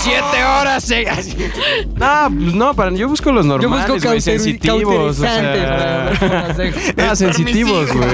Speaker 4: Siete horas. eh. No, pues no, para, yo busco los
Speaker 2: Yo
Speaker 4: normales,
Speaker 2: busco
Speaker 4: güey,
Speaker 2: cauteri-
Speaker 4: sensitivos. O
Speaker 2: cauterizante
Speaker 4: sea,
Speaker 2: para
Speaker 4: (laughs)
Speaker 2: las cejas.
Speaker 4: Ah, sensitivos, güey. (laughs)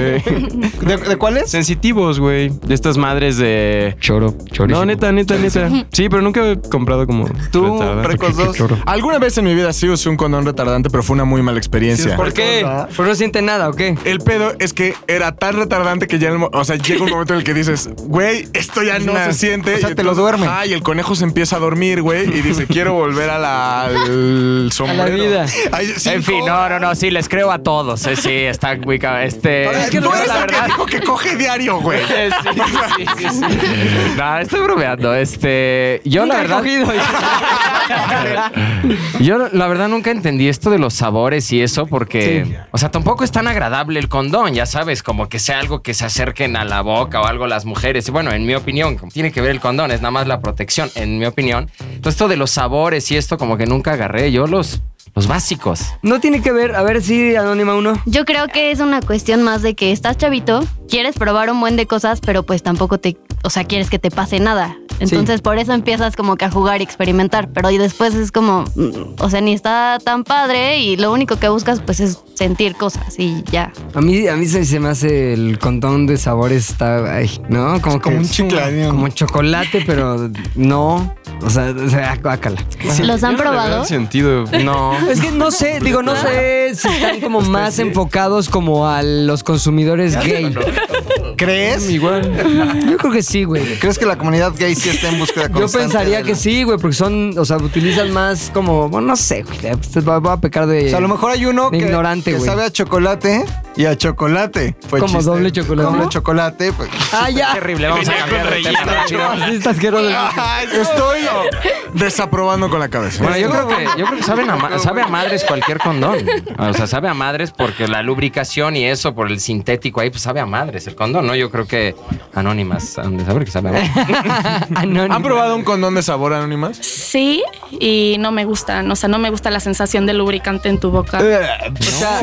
Speaker 7: ¿De, de cuáles?
Speaker 4: Sensitivos, güey. De estas madres de.
Speaker 9: Choro, chorísimo.
Speaker 4: No, neta, neta, neta. Sí, pero nunca he comprado como.
Speaker 7: Tú,
Speaker 4: retardante.
Speaker 7: precos dos.
Speaker 3: Alguna vez en mi vida sí usé un condón retardante, pero fue una muy mala experiencia.
Speaker 2: ¿Por qué? ¿Por no siente nada o qué?
Speaker 3: El pedo es que era tan retardante que ya, en el mo- o sea, llega
Speaker 7: (laughs)
Speaker 3: un momento en el que dices, güey, esto ya no se siente.
Speaker 7: O sea,
Speaker 3: Y
Speaker 7: te lo duerme.
Speaker 3: Ay, el conejo se empieza a dormir, güey, y
Speaker 7: (laughs)
Speaker 3: dice, quiero volver a la, al sombrero.
Speaker 2: vida.
Speaker 3: Ay, sí,
Speaker 9: En fin, no, no, no, sí, les creo a todos. Sí, sí, está muy cab- Este.
Speaker 3: Ahora,
Speaker 2: Es que
Speaker 3: tú
Speaker 2: no,
Speaker 3: eres
Speaker 2: la
Speaker 3: el que
Speaker 2: verdad.
Speaker 3: dijo que coge diario,
Speaker 7: (laughs)
Speaker 3: güey.
Speaker 9: Sí, sí, sí, sí. No, estoy bromeando. Este. Yo, la
Speaker 2: Nunca
Speaker 9: verdad.
Speaker 2: he cogido.
Speaker 9: Yo la verdad nunca entendí esto de los sabores y eso porque,
Speaker 2: Sí.
Speaker 9: o sea, tampoco es tan agradable el condón, ya sabes, como que sea algo que se acerquen a la boca o algo las mujeres. Y bueno, en mi opinión, como tiene que ver el condón, es nada más la protección, en mi opinión. Entonces, esto de los sabores y esto como que nunca agarré, yo los, los básicos.
Speaker 2: No tiene que ver, a ver si Anónima uno.
Speaker 6: Yo creo que es una cuestión más de que estás chavito, quieres probar un buen de cosas, pero pues tampoco te, o sea, quieres que te pase nada. Entonces por eso empiezas como que a jugar y experimentar, pero y después es como, mm, o sea, ni está tan padre y lo único que buscas pues es sentir cosas y ya.
Speaker 2: A mí, a mí se, se me hace el condón de sabores está, ay, ¿no? Como, como un chocolate. Como chocolate, pero no. O sea, o sea, guácala.
Speaker 6: ¿Los han
Speaker 4: Yo no le veo
Speaker 6: probado?
Speaker 4: sentido. No.
Speaker 2: Es que no sé, digo, no sé si están como más enfocados como a los consumidores gay.
Speaker 7: ¿Crees?
Speaker 2: Yo creo que sí, güey.
Speaker 7: ¿Crees que la comunidad gay sí está en búsqueda
Speaker 2: Yo
Speaker 7: constante?
Speaker 2: pensaría
Speaker 7: de
Speaker 2: que
Speaker 7: la-
Speaker 2: sí, güey, porque son, o sea, utilizan más como, bueno, no sé, güey. eh, pues, Va, va a pecar de.
Speaker 7: O sea, a lo mejor hay uno que,
Speaker 2: Ignorante,
Speaker 7: que
Speaker 2: güey.
Speaker 7: sabe a chocolate y a chocolate. Fue
Speaker 2: Como
Speaker 7: chiste.
Speaker 2: doble chocolate.
Speaker 7: Doble
Speaker 2: ¿Cómo?
Speaker 7: chocolate. Pues.
Speaker 2: Ah, ya. (laughs)
Speaker 9: Terrible, vamos a cambiar de tema.
Speaker 2: Ah, sí, está asqueroso.
Speaker 3: Estoy desaprobando con la cabeza.
Speaker 9: Bueno, yo creo que, yo creo que saben a ma- sabe a madres cualquier condón. O sea, sabe a madres porque la lubricación y eso, por el sintético ahí, pues sabe a madres el condón, ¿no? Yo creo que anónimas han de saber que sabe a madres.
Speaker 2: Anónimo.
Speaker 3: ¿Han probado un condón de sabor anónimas?
Speaker 5: Sí, y no me gustan, o sea, no me gusta la sensación de lubricante en tu boca.
Speaker 2: O sea,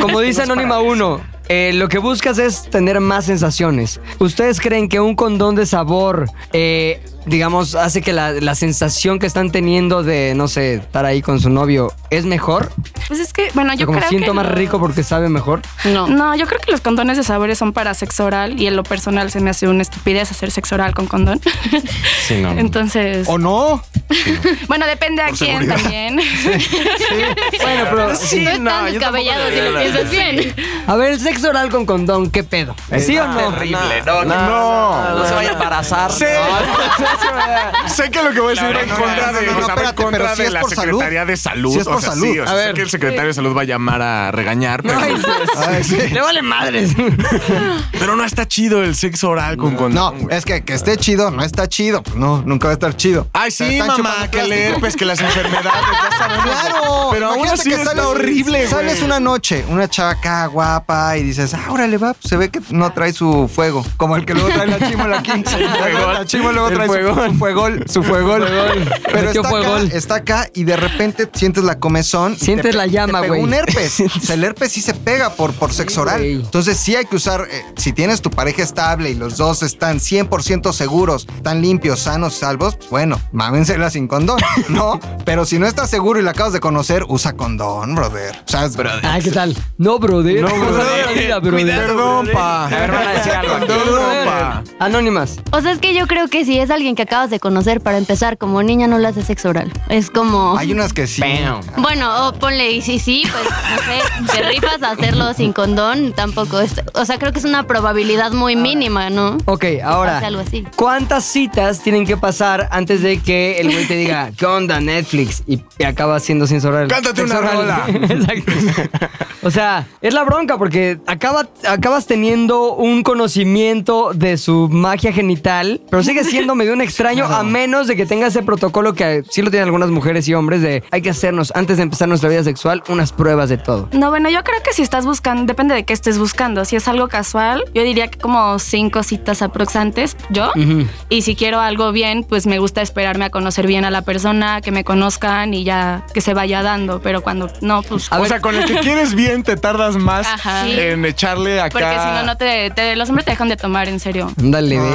Speaker 2: como dice Anónima 1, lo que buscas es tener más sensaciones. ¿Ustedes creen que un condón de sabor, eh, digamos, hace que la, la sensación que están teniendo de, no sé, estar ahí con su novio es mejor?
Speaker 5: Pues es que, bueno, yo
Speaker 2: como
Speaker 5: creo
Speaker 2: siento
Speaker 5: que
Speaker 2: más
Speaker 5: lo-
Speaker 2: rico porque sabe mejor.
Speaker 6: No.
Speaker 5: No, yo creo que los condones de sabores son para sexo oral y en lo personal se me hace una estupidez hacer sexo oral con condón.
Speaker 9: Sí, no.
Speaker 5: (laughs) Entonces,
Speaker 7: ¿O no?
Speaker 5: bueno, depende a quién también. (laughs)
Speaker 2: Bueno, pero
Speaker 6: no es tan descabellado si lo piensas bien.
Speaker 2: a ver, el sexo oral con condón, ¿qué pedo? ¿Sí o no?
Speaker 9: No, no,
Speaker 3: no.
Speaker 9: se vaya a embarazar.
Speaker 3: Sí. (laughs) Sé que lo que voy a decir va en
Speaker 7: no,
Speaker 3: contra
Speaker 7: no,
Speaker 3: de,
Speaker 7: no, no,
Speaker 3: o sea, va en
Speaker 7: espérate,
Speaker 3: contra
Speaker 7: pero si
Speaker 3: de
Speaker 7: es
Speaker 3: la
Speaker 7: por salud.
Speaker 3: Secretaría de Salud.
Speaker 7: Si es
Speaker 3: o
Speaker 7: por
Speaker 3: sea,
Speaker 7: salud.
Speaker 3: sí, o sea,
Speaker 7: A
Speaker 3: sé
Speaker 7: ver.
Speaker 3: que el secretario de Salud va a llamar a regañar, pero,
Speaker 2: Ay,
Speaker 7: Ay, sí.
Speaker 2: Le vale madres.
Speaker 3: (laughs) pero no está chido el sexo oral con condón.
Speaker 7: No, es que que esté chido, no está chido. No, nunca va a estar chido.
Speaker 3: Ay, sí,
Speaker 7: Están
Speaker 3: mamón. mamá, que leer, pues que las enfermedades,
Speaker 9: (laughs)
Speaker 3: ya sabemos.
Speaker 7: Claro,
Speaker 3: Pero aún
Speaker 7: imagínate
Speaker 3: así
Speaker 7: que
Speaker 3: está
Speaker 7: sales-
Speaker 3: horrible, güey.
Speaker 7: Sales una noche, una chavaca guapa y dices, ah, órale, va, pues se ve que no trae su fuego. Como el que luego trae la
Speaker 3: (laughs)
Speaker 7: chimola aquí. la chimola luego
Speaker 4: El
Speaker 7: trae su,
Speaker 4: fuegón.
Speaker 7: su fuegol, su fuegol. Pero
Speaker 2: Metió
Speaker 7: está acá,
Speaker 2: fuegol.
Speaker 7: está acá y de repente sientes la comezón. y te
Speaker 2: Sientes
Speaker 7: pe-
Speaker 2: la llama,
Speaker 7: te pegó
Speaker 2: güey. (laughs)
Speaker 7: un herpes. O sea, el herpes sí se pega por, por sexo oral.
Speaker 2: güey.
Speaker 7: Entonces sí hay que usar, eh, si tienes tu pareja estable y los dos están 100% seguros, están limpios, sanos, salvos, pues bueno, mámensela sin condón,
Speaker 2: (laughs)
Speaker 7: ¿no? Pero si no estás seguro y la acabas de conocer, usa condón, brother. O sea, es-
Speaker 2: Ah, ¿qué tal? No, brother. No, brother.
Speaker 3: Perdón, pa.
Speaker 9: A ver, van a decir algo aquí.
Speaker 3: Perdón, pa.
Speaker 2: Anónimas.
Speaker 6: O sea, es que yo creo que si es alguien que acabas de conocer, para empezar, como niña no le haces sexo oral. Es como...
Speaker 7: hay unas que sí.
Speaker 9: Bam.
Speaker 2: Ah.
Speaker 6: Bueno, o ponle, y si sí, pues no
Speaker 2: (laughs)
Speaker 6: sé, te rifas a hacerlo sin condón, tampoco es. O sea, creo que es una probabilidad muy mínima, ¿no?
Speaker 2: Ok, ahora.
Speaker 6: pase algo así.
Speaker 2: ¿Cuántas citas tienen que pasar antes de que el güey te
Speaker 6: (laughs)
Speaker 2: diga, ¿qué onda, Netflix? Y y acaba siendo sin oral.
Speaker 3: Cántate
Speaker 2: Sexo
Speaker 3: una
Speaker 2: oral.
Speaker 3: rola.
Speaker 2: (laughs) Exacto. O sea, es la bronca porque acaba, acabas teniendo un conocimiento de su magia genital, pero sigue siendo medio un extraño a menos de que tenga ese protocolo que sí lo tienen algunas mujeres y hombres de hay que hacernos antes de empezar nuestra vida sexual unas pruebas de todo.
Speaker 5: No, bueno, yo creo que si estás buscando, depende de qué estés buscando. Si es algo casual, yo diría que como cinco citas aproximantes, yo.
Speaker 2: Ujú.
Speaker 5: Y si quiero algo bien, pues me gusta esperarme a conocer bien a la persona, que me conozcan y ya que se vaya dando. Pero cuando no, pues.
Speaker 2: A
Speaker 3: O
Speaker 2: ver.
Speaker 3: sea, con el que quieres bien te tardas más
Speaker 5: Ajá. Sí.
Speaker 3: en echarle acá.
Speaker 5: Porque si no, no te, te- Los hombres te dejan de tomar, en serio.
Speaker 2: Ándale, ve.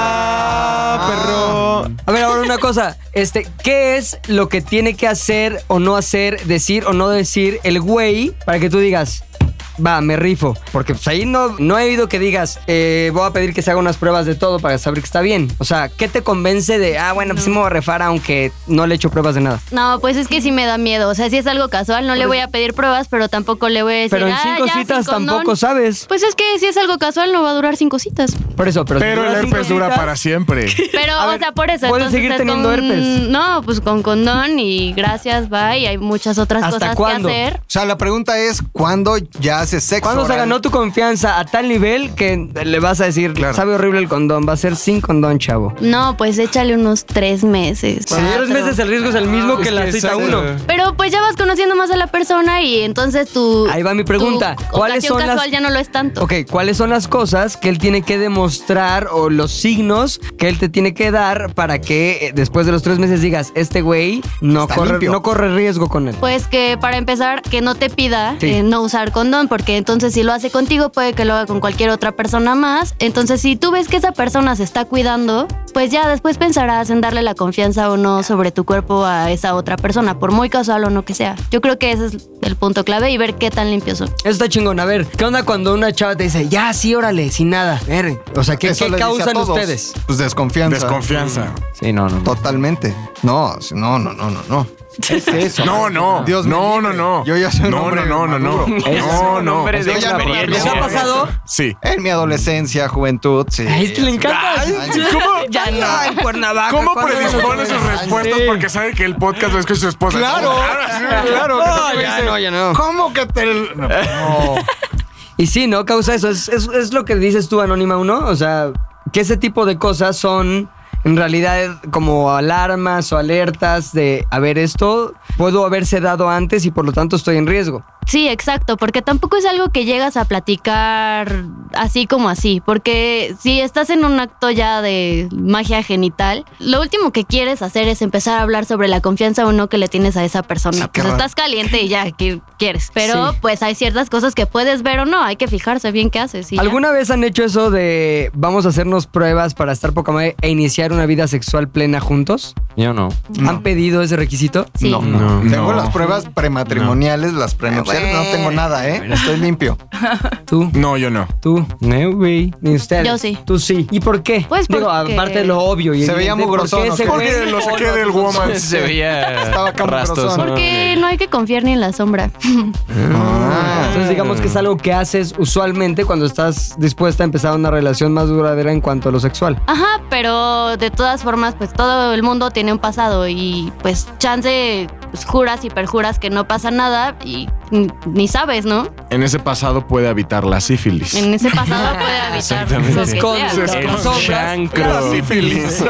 Speaker 3: Ah,
Speaker 7: Pues
Speaker 3: perro.
Speaker 2: A ver, ahora una cosa. Este, ¿qué es lo que tiene que hacer o no hacer, decir o no decir el güey para que tú digas, va, me rifo? Porque pues ahí no, no he oído que digas, eh, voy a pedir que se haga unas pruebas de todo para saber que está bien. O sea, ¿qué te convence de, ah, bueno, pues sí me voy a refar aunque no le he hecho pruebas de nada?
Speaker 6: No, pues es que sí me da miedo. O sea, si es algo casual, no le voy a pedir pruebas, pero tampoco le voy a decir.
Speaker 2: Pero en
Speaker 6: "Ah,
Speaker 2: cinco
Speaker 6: ya, sin
Speaker 2: citas
Speaker 6: condón".
Speaker 2: tampoco sabes.
Speaker 6: Pues es que si es algo casual, no va a durar
Speaker 2: (laughs)
Speaker 6: cinco citas.
Speaker 2: Por eso, pero... si
Speaker 3: Pero el
Speaker 2: duras cinco
Speaker 3: herpes dura
Speaker 2: citas-
Speaker 3: para siempre.
Speaker 6: Pero,
Speaker 2: A
Speaker 6: o
Speaker 2: ver,
Speaker 6: sea, por eso.
Speaker 2: ¿puedes
Speaker 6: entonces
Speaker 2: seguir
Speaker 6: es
Speaker 2: teniendo
Speaker 6: con-
Speaker 2: herpes?
Speaker 6: No, pues con condón y gracias, bye. Y hay muchas otras
Speaker 2: ¿Hasta
Speaker 6: cosas
Speaker 2: cuándo?
Speaker 6: que hacer.
Speaker 7: O sea, la pregunta es, ¿cuándo ya haces sexo?
Speaker 2: ¿Cuándo se
Speaker 7: oral?
Speaker 2: ganó tu confianza a tal nivel que le vas a decir, sabe horrible el condón, va a ser sin condón, chavo?
Speaker 6: No, pues échale unos tres meses.
Speaker 2: Si tres
Speaker 6: cuatro.
Speaker 2: meses el riesgo es el mismo que la cita uno.
Speaker 6: Pero pues ya vas conociendo más a la persona y entonces tu.
Speaker 2: Ahí va mi pregunta.
Speaker 6: tu
Speaker 2: ¿Cuáles
Speaker 6: ocasión
Speaker 2: son las-
Speaker 6: casual ya no lo es tanto.
Speaker 2: Ok, ¿cuáles son las cosas que él tiene que demostrar o los signos que él te tiene que dar para que eh, después de los tres meses digas, este güey no,
Speaker 7: Está
Speaker 2: corre,
Speaker 7: limpio.
Speaker 2: no corre riesgo con él?
Speaker 6: Pues que para empezar, que no te pida
Speaker 2: Sí.
Speaker 6: eh, no usar condón, porque entonces si lo hace contigo, puede que lo haga con cualquier otra persona más. Entonces, si tú ves que esa persona se está cuidando, pues ya después pensarás en darle la confianza o no sobre tu cuerpo a esa otra persona, por muy casual o no que sea. Yo creo que ese es el punto clave y ver qué tan limpio son.
Speaker 2: Eso está chingón. A ver, ¿qué onda cuando una chava te dice, ya, sí, órale, sin nada? A ver, o sea, ¿qué,
Speaker 7: Eso
Speaker 2: qué
Speaker 7: les dice a
Speaker 2: causan
Speaker 7: todos.
Speaker 2: ustedes?
Speaker 7: Pues desconfianza.
Speaker 3: Desconfianza.
Speaker 9: Sí, no, no. no.
Speaker 7: Totalmente. No, no, no, no, no, no.
Speaker 3: No, no.
Speaker 7: Dios me
Speaker 3: no, no,
Speaker 7: libre.
Speaker 3: no.
Speaker 7: Yo ya soy un
Speaker 3: no, no,
Speaker 7: hombre
Speaker 3: no, no, no.
Speaker 7: maduro.
Speaker 9: Es
Speaker 3: No,
Speaker 9: un
Speaker 3: no.
Speaker 9: hombre de
Speaker 7: Eso ya
Speaker 9: experiencia.
Speaker 7: ¿Les
Speaker 2: ha pasado?
Speaker 3: Sí.
Speaker 7: En mi adolescencia, juventud, sí.
Speaker 2: Ay, es que le encanta.
Speaker 7: Ay,
Speaker 3: ¿Cómo?
Speaker 2: Ya no, en Cuernavaca.
Speaker 3: ¿Cómo
Speaker 2: ¿cuándo van a
Speaker 3: predispone sus
Speaker 2: comer?
Speaker 3: respuestas?
Speaker 2: Sí.
Speaker 3: Porque sabe que el podcast lo escucha su esposa.
Speaker 7: Ah, Claro, (laughs) claro.
Speaker 2: No, ya no, ya no.
Speaker 7: ¿Cómo que te...? No.
Speaker 2: Y sí, ¿no? Causa eso. Es, es- es lo que dices tú, Anónima 1. O sea, que ese tipo de cosas son en realidad como alarmas o alertas de, a ver, esto puedo haberse dado antes y por lo tanto estoy en riesgo.
Speaker 6: Sí, exacto, porque tampoco es algo que llegas a platicar así como así, porque si estás en un acto ya de magia genital, lo último que quieres hacer es empezar a hablar sobre la confianza o no que le tienes a esa persona.
Speaker 7: qué
Speaker 6: pues
Speaker 7: raro.
Speaker 6: estás caliente y ya, ¿qué quieres? Pero
Speaker 2: Sí.
Speaker 6: pues hay ciertas cosas que puedes ver o no, hay que fijarse bien qué haces. y ya.
Speaker 2: ¿Alguna vez han hecho eso de vamos a hacernos pruebas para estar poca madre e iniciar una vida sexual plena juntos?
Speaker 9: Yo no.
Speaker 2: ¿Han pedido ese requisito?
Speaker 6: Sí.
Speaker 7: No, no. Tengo las pruebas prematrimoniales, las
Speaker 2: Ah,
Speaker 7: prenupciales, no tengo nada, ¿eh? Estoy limpio.
Speaker 2: Tú,
Speaker 3: No, yo no.
Speaker 2: tú,
Speaker 9: No, güey.
Speaker 2: ni ustedes.
Speaker 6: Yo sí.
Speaker 2: Tú sí. ¿Y por qué?
Speaker 6: Pues
Speaker 2: Digo,
Speaker 6: porque-
Speaker 2: aparte de lo obvio. Y
Speaker 7: Se veía
Speaker 2: evidente, ¿por
Speaker 7: mugrosón,
Speaker 2: qué
Speaker 7: ¿o
Speaker 2: ese
Speaker 7: qué?
Speaker 2: güey?
Speaker 3: Porque lo saqué del woman.
Speaker 9: Se veía
Speaker 7: Estaba
Speaker 9: rastos.
Speaker 7: camaroso.
Speaker 9: ¿no?
Speaker 6: Porque no hay que confiar ni en la sombra.
Speaker 7: Ah.
Speaker 2: Entonces digamos que es algo que haces usualmente cuando estás dispuesta a empezar una relación más duradera en cuanto a lo sexual.
Speaker 6: Ajá, pero de todas formas, pues todo el mundo tiene un pasado y pues chance pues, juras y perjuras que no pasa nada y n- ni sabes, ¿no?
Speaker 3: En ese pasado puede habitar la sífilis.
Speaker 6: En ese
Speaker 2: (laughs)
Speaker 6: pasado puede habitar
Speaker 4: Exactamente.
Speaker 6: lo
Speaker 3: (laughs)
Speaker 6: que sea.
Speaker 2: Con sus
Speaker 4: El
Speaker 2: sombras.
Speaker 4: chancro.
Speaker 2: La sífilis.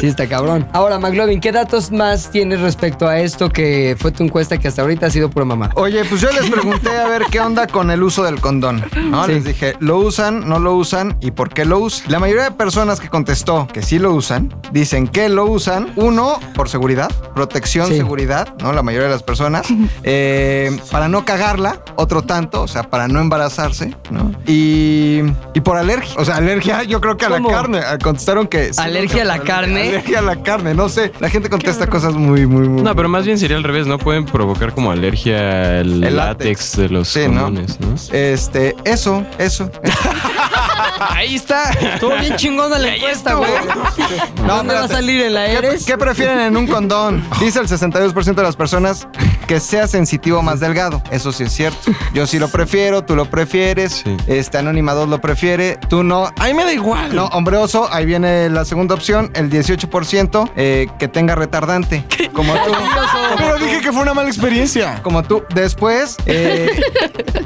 Speaker 2: Sí, está cabrón. Ahora, McLovin, ¿qué datos más tienes respecto a esto que fue tu encuesta que hasta ahorita ha sido pura mamá?
Speaker 7: Oye, pues yo les pregunté a ver qué onda con el uso del condón. ¿no?
Speaker 2: Sí.
Speaker 7: Les dije, ¿lo usan, no lo usan y por qué lo usan? La mayoría de personas que contestó que sí lo usan, dicen que lo usan, uno, por seguridad, protección,
Speaker 2: Sí.
Speaker 7: seguridad, ¿no? La mayoría de las personas.
Speaker 2: (laughs)
Speaker 7: Eh, para no cagarla, otro tanto, o sea, para no embarazarse, ¿no? Y, y por alergia, o sea, alergia yo creo que a
Speaker 2: ¿Cómo?
Speaker 7: la carne. Ah, Contestaron que... sí,
Speaker 2: ¿Alergia a la
Speaker 7: por
Speaker 2: carne?
Speaker 7: Alergia a la carne, no sé. La gente contesta cosas muy, muy, muy...
Speaker 4: No, pero más bien sería al revés, ¿no? Pueden provocar como alergia al
Speaker 7: El látex.
Speaker 4: látex de los
Speaker 7: Sí, ¿no?
Speaker 4: condones, ¿no?
Speaker 7: Este, eso, eso.
Speaker 4: Ahí está.
Speaker 2: Estuvo bien chingona la encuesta, güey. ¿Dónde va a
Speaker 7: espérate.
Speaker 2: salir en la
Speaker 7: ¿Qué,
Speaker 2: Eres?
Speaker 7: qué prefieren en un condón? Dice el 62% de las personas que sea sensitivo o más delgado. Eso sí es cierto. Yo sí lo prefiero, tú lo prefieres.
Speaker 4: Sí.
Speaker 7: Este Anónima 2 lo prefiere, tú no.
Speaker 4: A mí me da igual.
Speaker 7: No, hombre oso, ahí viene la segunda opción, el 18% eh, que tenga retardante. Como tú.
Speaker 3: Pero dije que fue una mala experiencia.
Speaker 7: Como tú. Después, eh,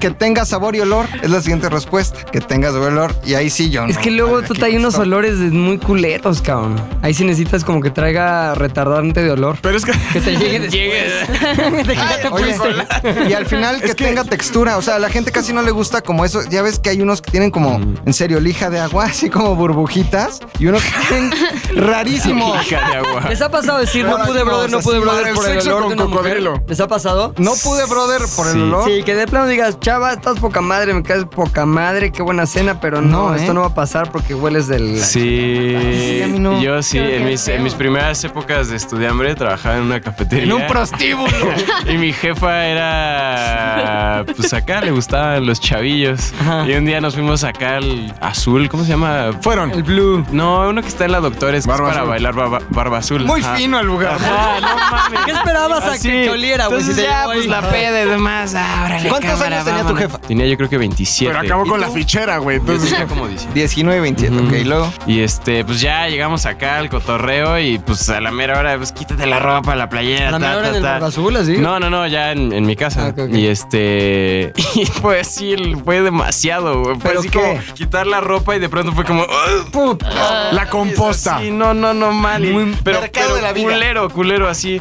Speaker 7: que tenga sabor y olor. Es la siguiente respuesta. Que tenga sabor y olor. Y ahí sí yo
Speaker 2: Es
Speaker 7: no.
Speaker 2: que luego
Speaker 7: Madre,
Speaker 2: tú
Speaker 7: aquí
Speaker 2: hay unos
Speaker 7: estoy.
Speaker 2: olores de- muy culeros, cabrón. Ahí sí necesitas como que traiga retardante de olor.
Speaker 3: Pero es que.
Speaker 2: Que te (laughs) llegue después. De que ya te
Speaker 7: Oye, (laughs)
Speaker 2: fuiste.
Speaker 7: y al final que, tenga textura, o sea, a la gente casi no le gusta como eso. Ya ves que hay unos que tienen como,
Speaker 4: Mm.
Speaker 7: en serio, lija de agua, (laughs) así como burbujitas, y unos que
Speaker 2: (laughs)
Speaker 7: tienen rarísimo.
Speaker 4: Hija de agua.
Speaker 2: ¿Les ha pasado decir no
Speaker 7: Ahora
Speaker 2: pude,
Speaker 7: sí
Speaker 2: brother,
Speaker 7: vamos a
Speaker 2: no pude,
Speaker 7: sumar
Speaker 2: brother,
Speaker 7: el
Speaker 2: por el
Speaker 7: sexo
Speaker 2: olor de
Speaker 7: con
Speaker 2: una mujer?
Speaker 7: cocodrilo.
Speaker 2: ¿Les ha pasado?
Speaker 7: No pude, brother, por el
Speaker 4: Sí.
Speaker 7: olor.
Speaker 2: Sí, que de plano digas, chava, estás poca madre, me caes poca madre, qué buena cena, pero no,
Speaker 7: No, ¿eh?
Speaker 2: esto no va a pasar porque hueles del...
Speaker 4: Sí,
Speaker 7: Sí, a mí no.
Speaker 4: yo sí, en mis, en mis primeras épocas de estudiambre trabajaba en una cafetería. En un prostíbulo. (laughs) y mi jefa era, pues acá le gustaban los chavillos. Y un día nos fuimos acá al azul, ¿cómo se llama?
Speaker 3: Fueron.
Speaker 2: El blue.
Speaker 4: No, uno que está en la doctores, que es
Speaker 3: Barba
Speaker 4: para
Speaker 3: Azul.
Speaker 4: bailar barba, barba azul.
Speaker 7: Muy
Speaker 4: Ajá.
Speaker 7: fino el lugar.
Speaker 4: Ajá, no mames.
Speaker 2: ¿Qué esperabas a
Speaker 4: Así.
Speaker 2: que, que oliera, güey?
Speaker 4: Entonces
Speaker 2: si te
Speaker 4: ya,
Speaker 2: llegó ahí?
Speaker 4: pues la peda y demás. Ah, órale,
Speaker 7: ¿Cuántos
Speaker 4: cámara,
Speaker 7: años tenía tu
Speaker 4: vámonos.
Speaker 7: jefa?
Speaker 4: Tenía yo creo que 27.
Speaker 3: Pero acabó con la fichera, güey.
Speaker 4: Yo
Speaker 3: Entonces.
Speaker 4: (laughs) tenía como 17.
Speaker 7: 19 y 27,
Speaker 4: Ujú.
Speaker 7: ok, y luego.
Speaker 4: Y este, pues ya llegamos acá al cotorreo y pues a la mera hora, pues quítate la ropa, la playera,
Speaker 2: A la
Speaker 4: ta,
Speaker 2: mejor
Speaker 4: ta,
Speaker 2: en el
Speaker 4: ta.
Speaker 2: barba azul, así.
Speaker 4: No, no, no, ya en, en mi casa.
Speaker 2: Ah, ok, ok.
Speaker 4: Y este. (laughs) Y pues sí, fue demasiado, güey. Fue
Speaker 2: ¿Pero
Speaker 4: así
Speaker 2: qué?
Speaker 4: como quitar la ropa y de pronto fue como. "Ugh".
Speaker 3: La composta.
Speaker 4: Sí, no, no, no, mal. Y- pero
Speaker 7: mercado
Speaker 4: pero
Speaker 7: de la vida.
Speaker 4: culero, culero, así.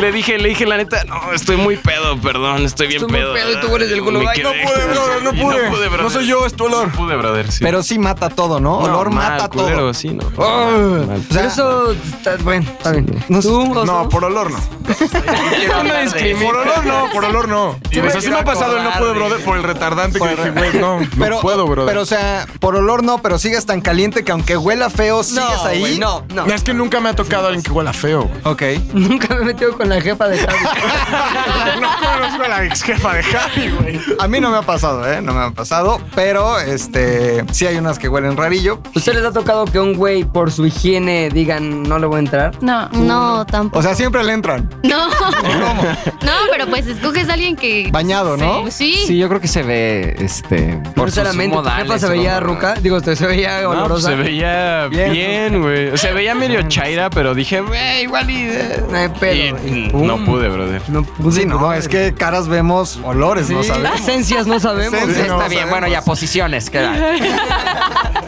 Speaker 4: le dije, le dije la neta, no, estoy muy pedo, perdón, estoy bien
Speaker 2: Estoy muy
Speaker 4: pedo.
Speaker 2: pedo y tú eres del culo,
Speaker 4: Me
Speaker 2: ay, no
Speaker 4: quedé.
Speaker 3: pude, brother, no
Speaker 4: Y
Speaker 3: pude.
Speaker 4: No,
Speaker 3: No
Speaker 4: brother.
Speaker 3: soy yo, es tu olor.
Speaker 4: No pude, brother, sí.
Speaker 7: Pero sí mata todo, ¿no? olor
Speaker 4: No, mal,
Speaker 7: mata
Speaker 4: culero,
Speaker 7: todo.
Speaker 4: sí, no.
Speaker 7: Ah,
Speaker 4: Mal.
Speaker 7: o sea,
Speaker 2: Pero eso está bueno, está bien.
Speaker 7: No sé.
Speaker 2: ¿Tú, oso?
Speaker 3: No, por olor (laughs) no. Por olor no, por olor no.
Speaker 2: me
Speaker 3: O sea, sí me
Speaker 2: quiero
Speaker 3: ha pasado el no
Speaker 2: acordar
Speaker 3: pude,
Speaker 2: de-
Speaker 3: brother, por el retardante que
Speaker 7: Por el
Speaker 3: dije,
Speaker 7: re-
Speaker 3: güey, no, no
Speaker 7: pero,
Speaker 3: puedo, brother.
Speaker 7: pero, o sea, por olor no, pero sigues tan caliente que aunque huela feo, sigues
Speaker 2: No,
Speaker 7: ahí.
Speaker 2: güey, no, no.
Speaker 3: Es que nunca me ha tocado alguien que huela feo. güey.
Speaker 7: Ok.
Speaker 2: Nunca me he metido con la jefa de
Speaker 7: (laughs)
Speaker 2: Javi.
Speaker 3: No conozco a la ex jefa de Javi, güey.
Speaker 7: A mí no me ha pasado, ¿eh? No me ha pasado, pero este sí hay unas que huelen rarillo.
Speaker 2: ¿Usted les ha tocado que un güey por su higiene digan no le voy a entrar?
Speaker 5: No.
Speaker 6: No, tampoco.
Speaker 2: (laughs)
Speaker 7: O sea, siempre le entran.
Speaker 6: No. No, pero pues escoges a alguien que.
Speaker 7: Bañado, ¿no?
Speaker 6: Sí.
Speaker 9: Sí, yo creo que se ve, este, por sus
Speaker 2: Sinceramente, ¿tu jefa
Speaker 9: modales,
Speaker 2: se veía
Speaker 9: ¿no?
Speaker 2: ruca? Digo, usted se veía
Speaker 4: No, pues
Speaker 2: olorosa.
Speaker 4: se veía bien, güey. O sea, veía medio chaira, pero dije, güey, igual y. eh".
Speaker 2: No hay pedo.
Speaker 4: Y
Speaker 2: y pum.
Speaker 4: no pude, brother.
Speaker 2: No pude.
Speaker 7: Sí, no, es que caras vemos olores, no
Speaker 2: Pues Sí,
Speaker 7: sabemos.
Speaker 2: Esencias no sabemos.
Speaker 9: Sí,
Speaker 7: Esencias.
Speaker 9: está
Speaker 7: no
Speaker 9: bien,
Speaker 7: sabemos.
Speaker 9: bueno, ya posiciones,
Speaker 4: (laughs)
Speaker 9: queda.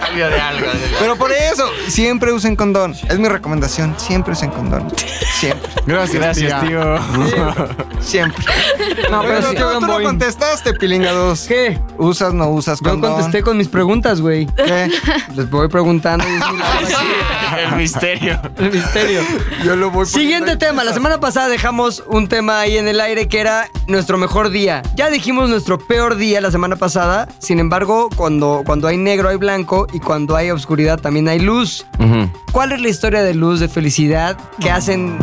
Speaker 9: Cambio de algo.
Speaker 7: Pero por eso, siempre usen condón. Es mi recomendación, siempre usen condón. Siempre,
Speaker 3: Gracias,
Speaker 4: Gracias,
Speaker 3: tía.
Speaker 4: tío.
Speaker 7: siempre.
Speaker 2: (laughs) No, pero sí
Speaker 7: tú,
Speaker 2: hagan
Speaker 7: tú no
Speaker 2: boing.
Speaker 7: contestaste, pilingados.
Speaker 2: ¿Qué?
Speaker 7: ¿Usas, no usas
Speaker 2: Yo
Speaker 7: condón?
Speaker 2: contesté con mis preguntas, güey.
Speaker 7: ¿Qué?
Speaker 2: Les voy preguntando y
Speaker 9: (laughs)
Speaker 2: es mi labor
Speaker 4: El misterio.
Speaker 2: aquí, el misterio.
Speaker 7: Yo lo voy
Speaker 2: Siguiente tema. La semana pasada dejamos un tema ahí en el aire que era nuestro mejor día. Ya dijimos nuestro peor día la semana pasada. Sin embargo, cuando, cuando hay negro hay blanco y cuando hay oscuridad también hay luz. ¿Cuál es la historia de luz, de felicidad que hacen,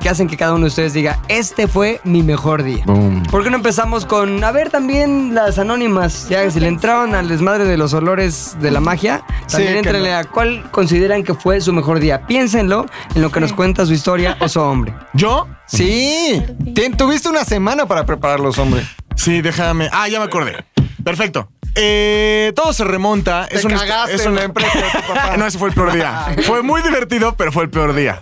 Speaker 2: que hacen que cada uno de ustedes diga, este fue mi mejor día?
Speaker 9: Boom.
Speaker 2: ¿Por qué no empezamos con, a ver, también las anónimas? Ya, si le entraron al desmadre de los olores de la magia, también
Speaker 7: que
Speaker 2: entrenle a cuál consideran que fue su mejor día. Piénsenlo en lo que nos cuenta su historia, oso
Speaker 3: (laughs)
Speaker 2: hombre.
Speaker 3: ¿Yo?
Speaker 7: Sí. Ten- tuviste una semana para prepararlos, hombre.
Speaker 3: Sí, déjame. Ah, ya me acordé. Perfecto. Eh, todo se remonta.
Speaker 7: Te
Speaker 3: una-
Speaker 7: cagaste
Speaker 3: es em-
Speaker 7: en
Speaker 2: (laughs)
Speaker 3: una-
Speaker 7: la empresa de tu papá. (laughs)
Speaker 3: No, ese fue el peor día. Fue muy divertido, pero fue el peor día.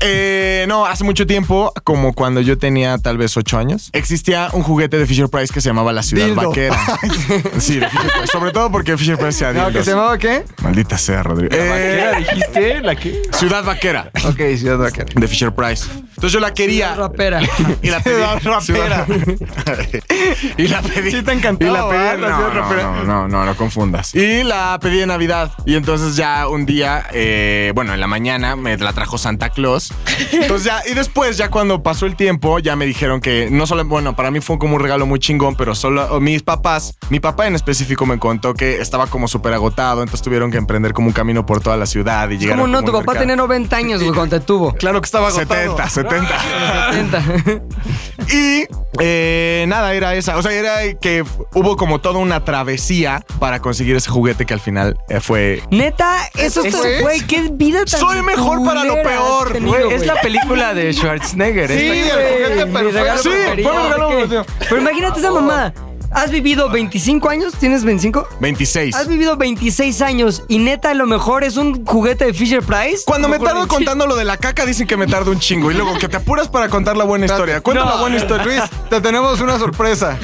Speaker 3: Eh, no, hace mucho tiempo, como cuando yo tenía tal vez ocho años, existía un juguete de Fisher Price que se llamaba La Ciudad
Speaker 7: Dildo. (laughs)
Speaker 3: Vaquera. sí, de Fisher Price. Sobre todo porque Fisher Price se
Speaker 7: No, ¿Que se llamaba qué?
Speaker 3: Maldita sea, Rodrigo. Eh,
Speaker 4: ¿Qué dijiste? ¿La qué?
Speaker 3: Ciudad Vaquera
Speaker 7: Ok, Ciudad Vaquera.
Speaker 3: de Fisher Price. Entonces yo la quería.
Speaker 2: Rapera.
Speaker 3: (laughs) Y la pedí.
Speaker 7: Ciudad Rapera.
Speaker 3: (laughs) y la pedí.
Speaker 7: Sí te encantaba,
Speaker 3: Y la pedí.
Speaker 7: ¿verdad? La
Speaker 3: No,
Speaker 7: Ciudad
Speaker 3: no,
Speaker 7: Rapera.
Speaker 3: no, no, no, no confundas. Y la pedí en Navidad. Y entonces ya un día, eh, bueno, en la mañana me la trajo Santa Claus. Entonces ya, y después, ya cuando pasó el tiempo, ya me dijeron que no solo, bueno, para mí fue como un regalo muy chingón, pero solo o mis papás, mi papá en específico me contó que estaba como súper agotado, entonces tuvieron que emprender como un camino por toda la ciudad y llegar
Speaker 2: ¿Cómo
Speaker 3: a
Speaker 2: no?
Speaker 3: como
Speaker 2: Tu
Speaker 3: un
Speaker 2: papá
Speaker 3: mercado.
Speaker 2: tenía 90 años, güey, cuando te tuvo.
Speaker 3: Claro que estaba agotado. 70, 70.
Speaker 2: 70.
Speaker 3: (laughs) Y eh, nada, era esa. O sea, era que hubo como toda una travesía para conseguir ese juguete que al final eh, fue.
Speaker 2: Neta, eso
Speaker 7: ¿Eso
Speaker 2: fue,
Speaker 7: es?
Speaker 2: güey, qué vida tan
Speaker 3: Soy mejor para lo
Speaker 2: culera has
Speaker 3: peor,
Speaker 2: tenido,
Speaker 3: güey.
Speaker 2: güey.
Speaker 9: Es la película de Schwarzenegger.
Speaker 7: Sí,
Speaker 9: ¿eh?
Speaker 7: el
Speaker 2: Güey,
Speaker 7: juguete
Speaker 2: mi regalo
Speaker 7: perfecto.
Speaker 3: Sí,
Speaker 2: preferido.
Speaker 3: fue mi regalo
Speaker 2: ¿Qué?
Speaker 3: preferido.
Speaker 2: Pero imagínate esa mamá. Has vivido 25 años, ¿tienes 25?
Speaker 3: 26.
Speaker 2: Has vivido 26 años y neta, a lo mejor es un juguete de Fisher Price.
Speaker 3: Cuando me
Speaker 2: Por
Speaker 3: tardo
Speaker 2: el-
Speaker 3: contando lo de la caca, dicen que me tardo un chingo. Y luego que te apuras para contar la buena historia. Cuenta la buena historia.
Speaker 7: Luis, te tenemos
Speaker 2: (laughs)
Speaker 7: una sorpresa.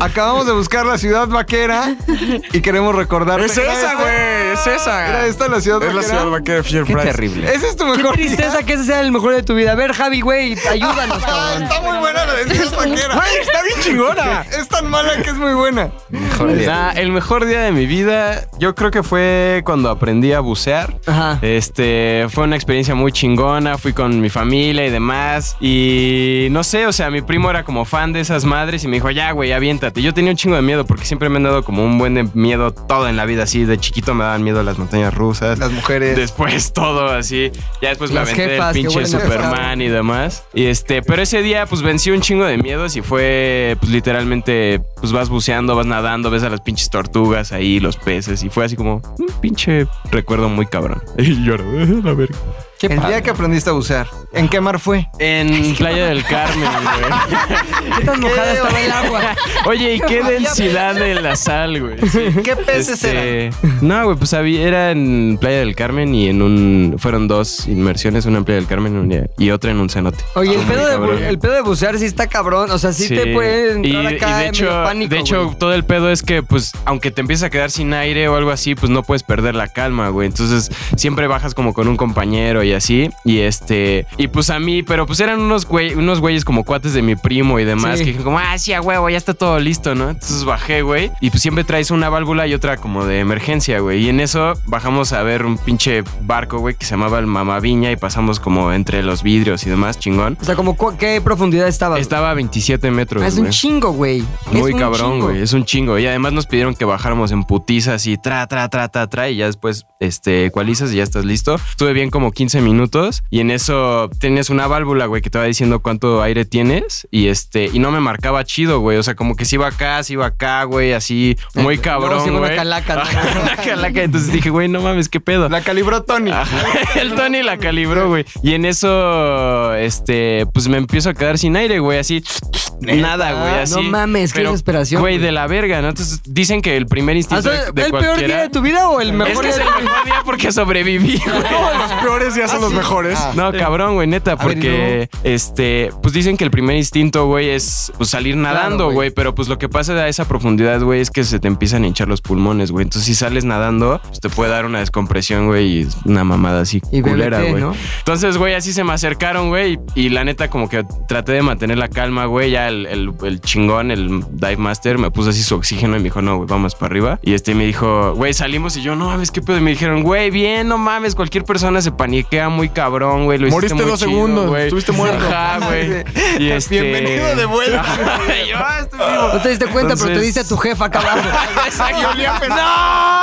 Speaker 7: Acabamos de buscar la ciudad vaquera y queremos recordar.
Speaker 3: Es esa, güey. Es
Speaker 7: Era
Speaker 3: esa.
Speaker 7: esta la ciudad
Speaker 3: Es la
Speaker 7: vaquera.
Speaker 3: ciudad vaquera de Fisher
Speaker 9: Qué
Speaker 3: Price.
Speaker 9: terrible.
Speaker 7: Ese es tu
Speaker 2: Qué
Speaker 7: mejor.
Speaker 9: ¿eh?
Speaker 2: tristeza que ese sea el mejor de tu vida. A ver, Javi, güey,
Speaker 9: (laughs)
Speaker 2: ayúdanos,
Speaker 7: Ah,
Speaker 2: cabrón.
Speaker 7: está muy buena la de ciudad vaquera. está bien chingona. (laughs) Es tan mala que es muy buena.
Speaker 4: Nah, Ah, el mejor día de mi vida, yo creo que fue cuando aprendí a bucear.
Speaker 2: Ajá.
Speaker 4: Este, fue una experiencia muy chingona, fui con mi familia y demás. Y no sé, o sea, mi primo era como fan de esas madres y me dijo, ya, güey, aviéntate. Yo tenía un chingo de miedo porque siempre me han dado como un buen de miedo todo en la vida, así. De chiquito me daban miedo las montañas rusas.
Speaker 7: Las mujeres.
Speaker 4: Después todo así. Ya después me
Speaker 2: Las
Speaker 4: aventé
Speaker 2: jefas que
Speaker 4: el pinche
Speaker 2: huelen a
Speaker 4: Superman y demás. Y este, pero ese día pues vencí un chingo de miedos y fue pues literalmente pues vas buceando, vas nadando, ves a las pinches tortugas ahí, los peces y fue así como un pinche recuerdo muy cabrón. (laughs) Y lloro, a ver.
Speaker 2: Qué
Speaker 7: El día
Speaker 2: padre.
Speaker 7: que aprendiste a bucear, ¿en qué mar fue?
Speaker 4: En Playa del Carmen, güey.
Speaker 2: Qué tan mojada estaba el agua.
Speaker 4: (laughs) Oye, y qué densidad de la sal, güey. Sí.
Speaker 7: ¿Qué peces eran?
Speaker 4: Este, No, güey, pues había, era en Playa del Carmen y en un. Fueron dos inmersiones, una en Playa del Carmen un día, y otra en un cenote.
Speaker 2: Oye, el
Speaker 4: Muy
Speaker 2: pedo, de,
Speaker 4: cabrón.
Speaker 2: bu- el pedo de bucear sí está cabrón. O sea, sí, te
Speaker 4: Sí.
Speaker 2: puede
Speaker 4: y,
Speaker 2: entrar
Speaker 4: y
Speaker 2: acá
Speaker 4: de
Speaker 2: en medio
Speaker 4: hecho,
Speaker 2: pánico.
Speaker 4: de hecho
Speaker 2: güey.
Speaker 4: todo el pedo es que, pues, aunque te empiezas a quedar sin aire o algo así, pues no puedes perder la calma, güey. Entonces, siempre bajas como con un compañero y así. Y este, y pues a mí, pero pues eran unos, güey, unos güeyes como cuates de mi primo y
Speaker 2: Sí.
Speaker 4: demás que dijeron como, ah, sí, a huevo, ya está todo listo, ¿no? Entonces bajé, güey. Y pues siempre traes una válvula y otra como de emergencia, güey. Y en eso bajamos a ver un pinche barco, güey, que se llamaba el Mamaviña y pasamos como entre los vidrios y demás, chingón.
Speaker 2: O sea, como cu- qué profundidad estaba.
Speaker 4: Estaba a 27 metros,
Speaker 2: Ah, es
Speaker 4: güey.
Speaker 2: un chingo, güey. Es
Speaker 4: Muy
Speaker 2: un
Speaker 4: cabrón,
Speaker 2: chingo.
Speaker 4: güey. Es un chingo. Y además nos pidieron que bajáramos en putiza así, tra, tra, tra, tra, tra. Y ya después este, ecualizas y ya estás listo. Estuve bien como 15 minutos. Y en eso tienes una válvula, güey, que te va diciendo cuánto aire tienes. Y este, y no me marcaba chido, güey. O sea, como que si iba acá, si iba acá, güey, así. Muy
Speaker 2: Eh, Luego
Speaker 4: cabrón,
Speaker 2: sí, una
Speaker 4: güey. Ah,
Speaker 2: calaca, ¿no?
Speaker 4: Ajá, (laughs) una calaca. Entonces dije, güey, no mames, qué pedo.
Speaker 7: La calibró Tony.
Speaker 4: Ajá, (laughs) El Tony la calibró, güey. Y en eso, este, pues me empiezo a quedar sin aire, güey, así. Nada, güey, así.
Speaker 2: no mames, qué
Speaker 4: Pero,
Speaker 2: desesperación,
Speaker 4: Güey,
Speaker 2: güey. Ah,
Speaker 4: de la verga, ¿no? Entonces dicen que el
Speaker 2: O
Speaker 4: primer instinto
Speaker 2: sea,
Speaker 4: de, de
Speaker 2: ¿El peor día
Speaker 4: cualquiera...
Speaker 2: de tu vida o el
Speaker 4: es
Speaker 2: mejor día
Speaker 4: que es
Speaker 2: de
Speaker 4: el
Speaker 2: tu vida?
Speaker 4: mejor día
Speaker 2: (laughs)
Speaker 4: porque sobreviví, güey.
Speaker 3: Los peores días
Speaker 7: Ah,
Speaker 3: son los mejores.
Speaker 2: Ah.
Speaker 4: No, cabrón, güey, neta,
Speaker 7: ver,
Speaker 4: porque este, pues dicen que el primer instinto, güey, es pues, salir nadando,
Speaker 2: güey.
Speaker 4: güey, pero pues lo que pasa a esa profundidad, güey, es que se te empiezan a hinchar los pulmones, güey. Entonces, si sales nadando, pues, te puede dar una descompresión, güey, y es una mamada así
Speaker 2: Y
Speaker 4: culera,
Speaker 2: BBT,
Speaker 4: güey.
Speaker 2: ¿no?
Speaker 4: Entonces, güey, así se me acercaron, güey, y, y la neta como que traté de mantener la calma, güey, ya el, el- el chingón, el dive master me puso así su oxígeno y me dijo, "No, güey, vamos para arriba." Y este me dijo, "Güey, salimos." Y yo, "No mames, qué pedo." Y me dijeron, "Güey, bien, no mames, cualquier persona se paniquea muy cabrón, güey." Lo hiciste
Speaker 3: Moriste
Speaker 4: muy
Speaker 3: dos
Speaker 4: chido,
Speaker 3: segundos,
Speaker 4: güey.
Speaker 3: estuviste muerto.
Speaker 4: Ajá, güey.
Speaker 3: (laughs)
Speaker 4: Y este
Speaker 7: Bienvenido de
Speaker 4: (laughs)
Speaker 7: vuelta.
Speaker 4: Y yo, "Ah, estoy vivo."
Speaker 2: No te diste cuenta, pero te
Speaker 4: Entonces-
Speaker 2: diste a tu jefa acá
Speaker 4: (laughs)
Speaker 2: abajo.
Speaker 4: ¡No!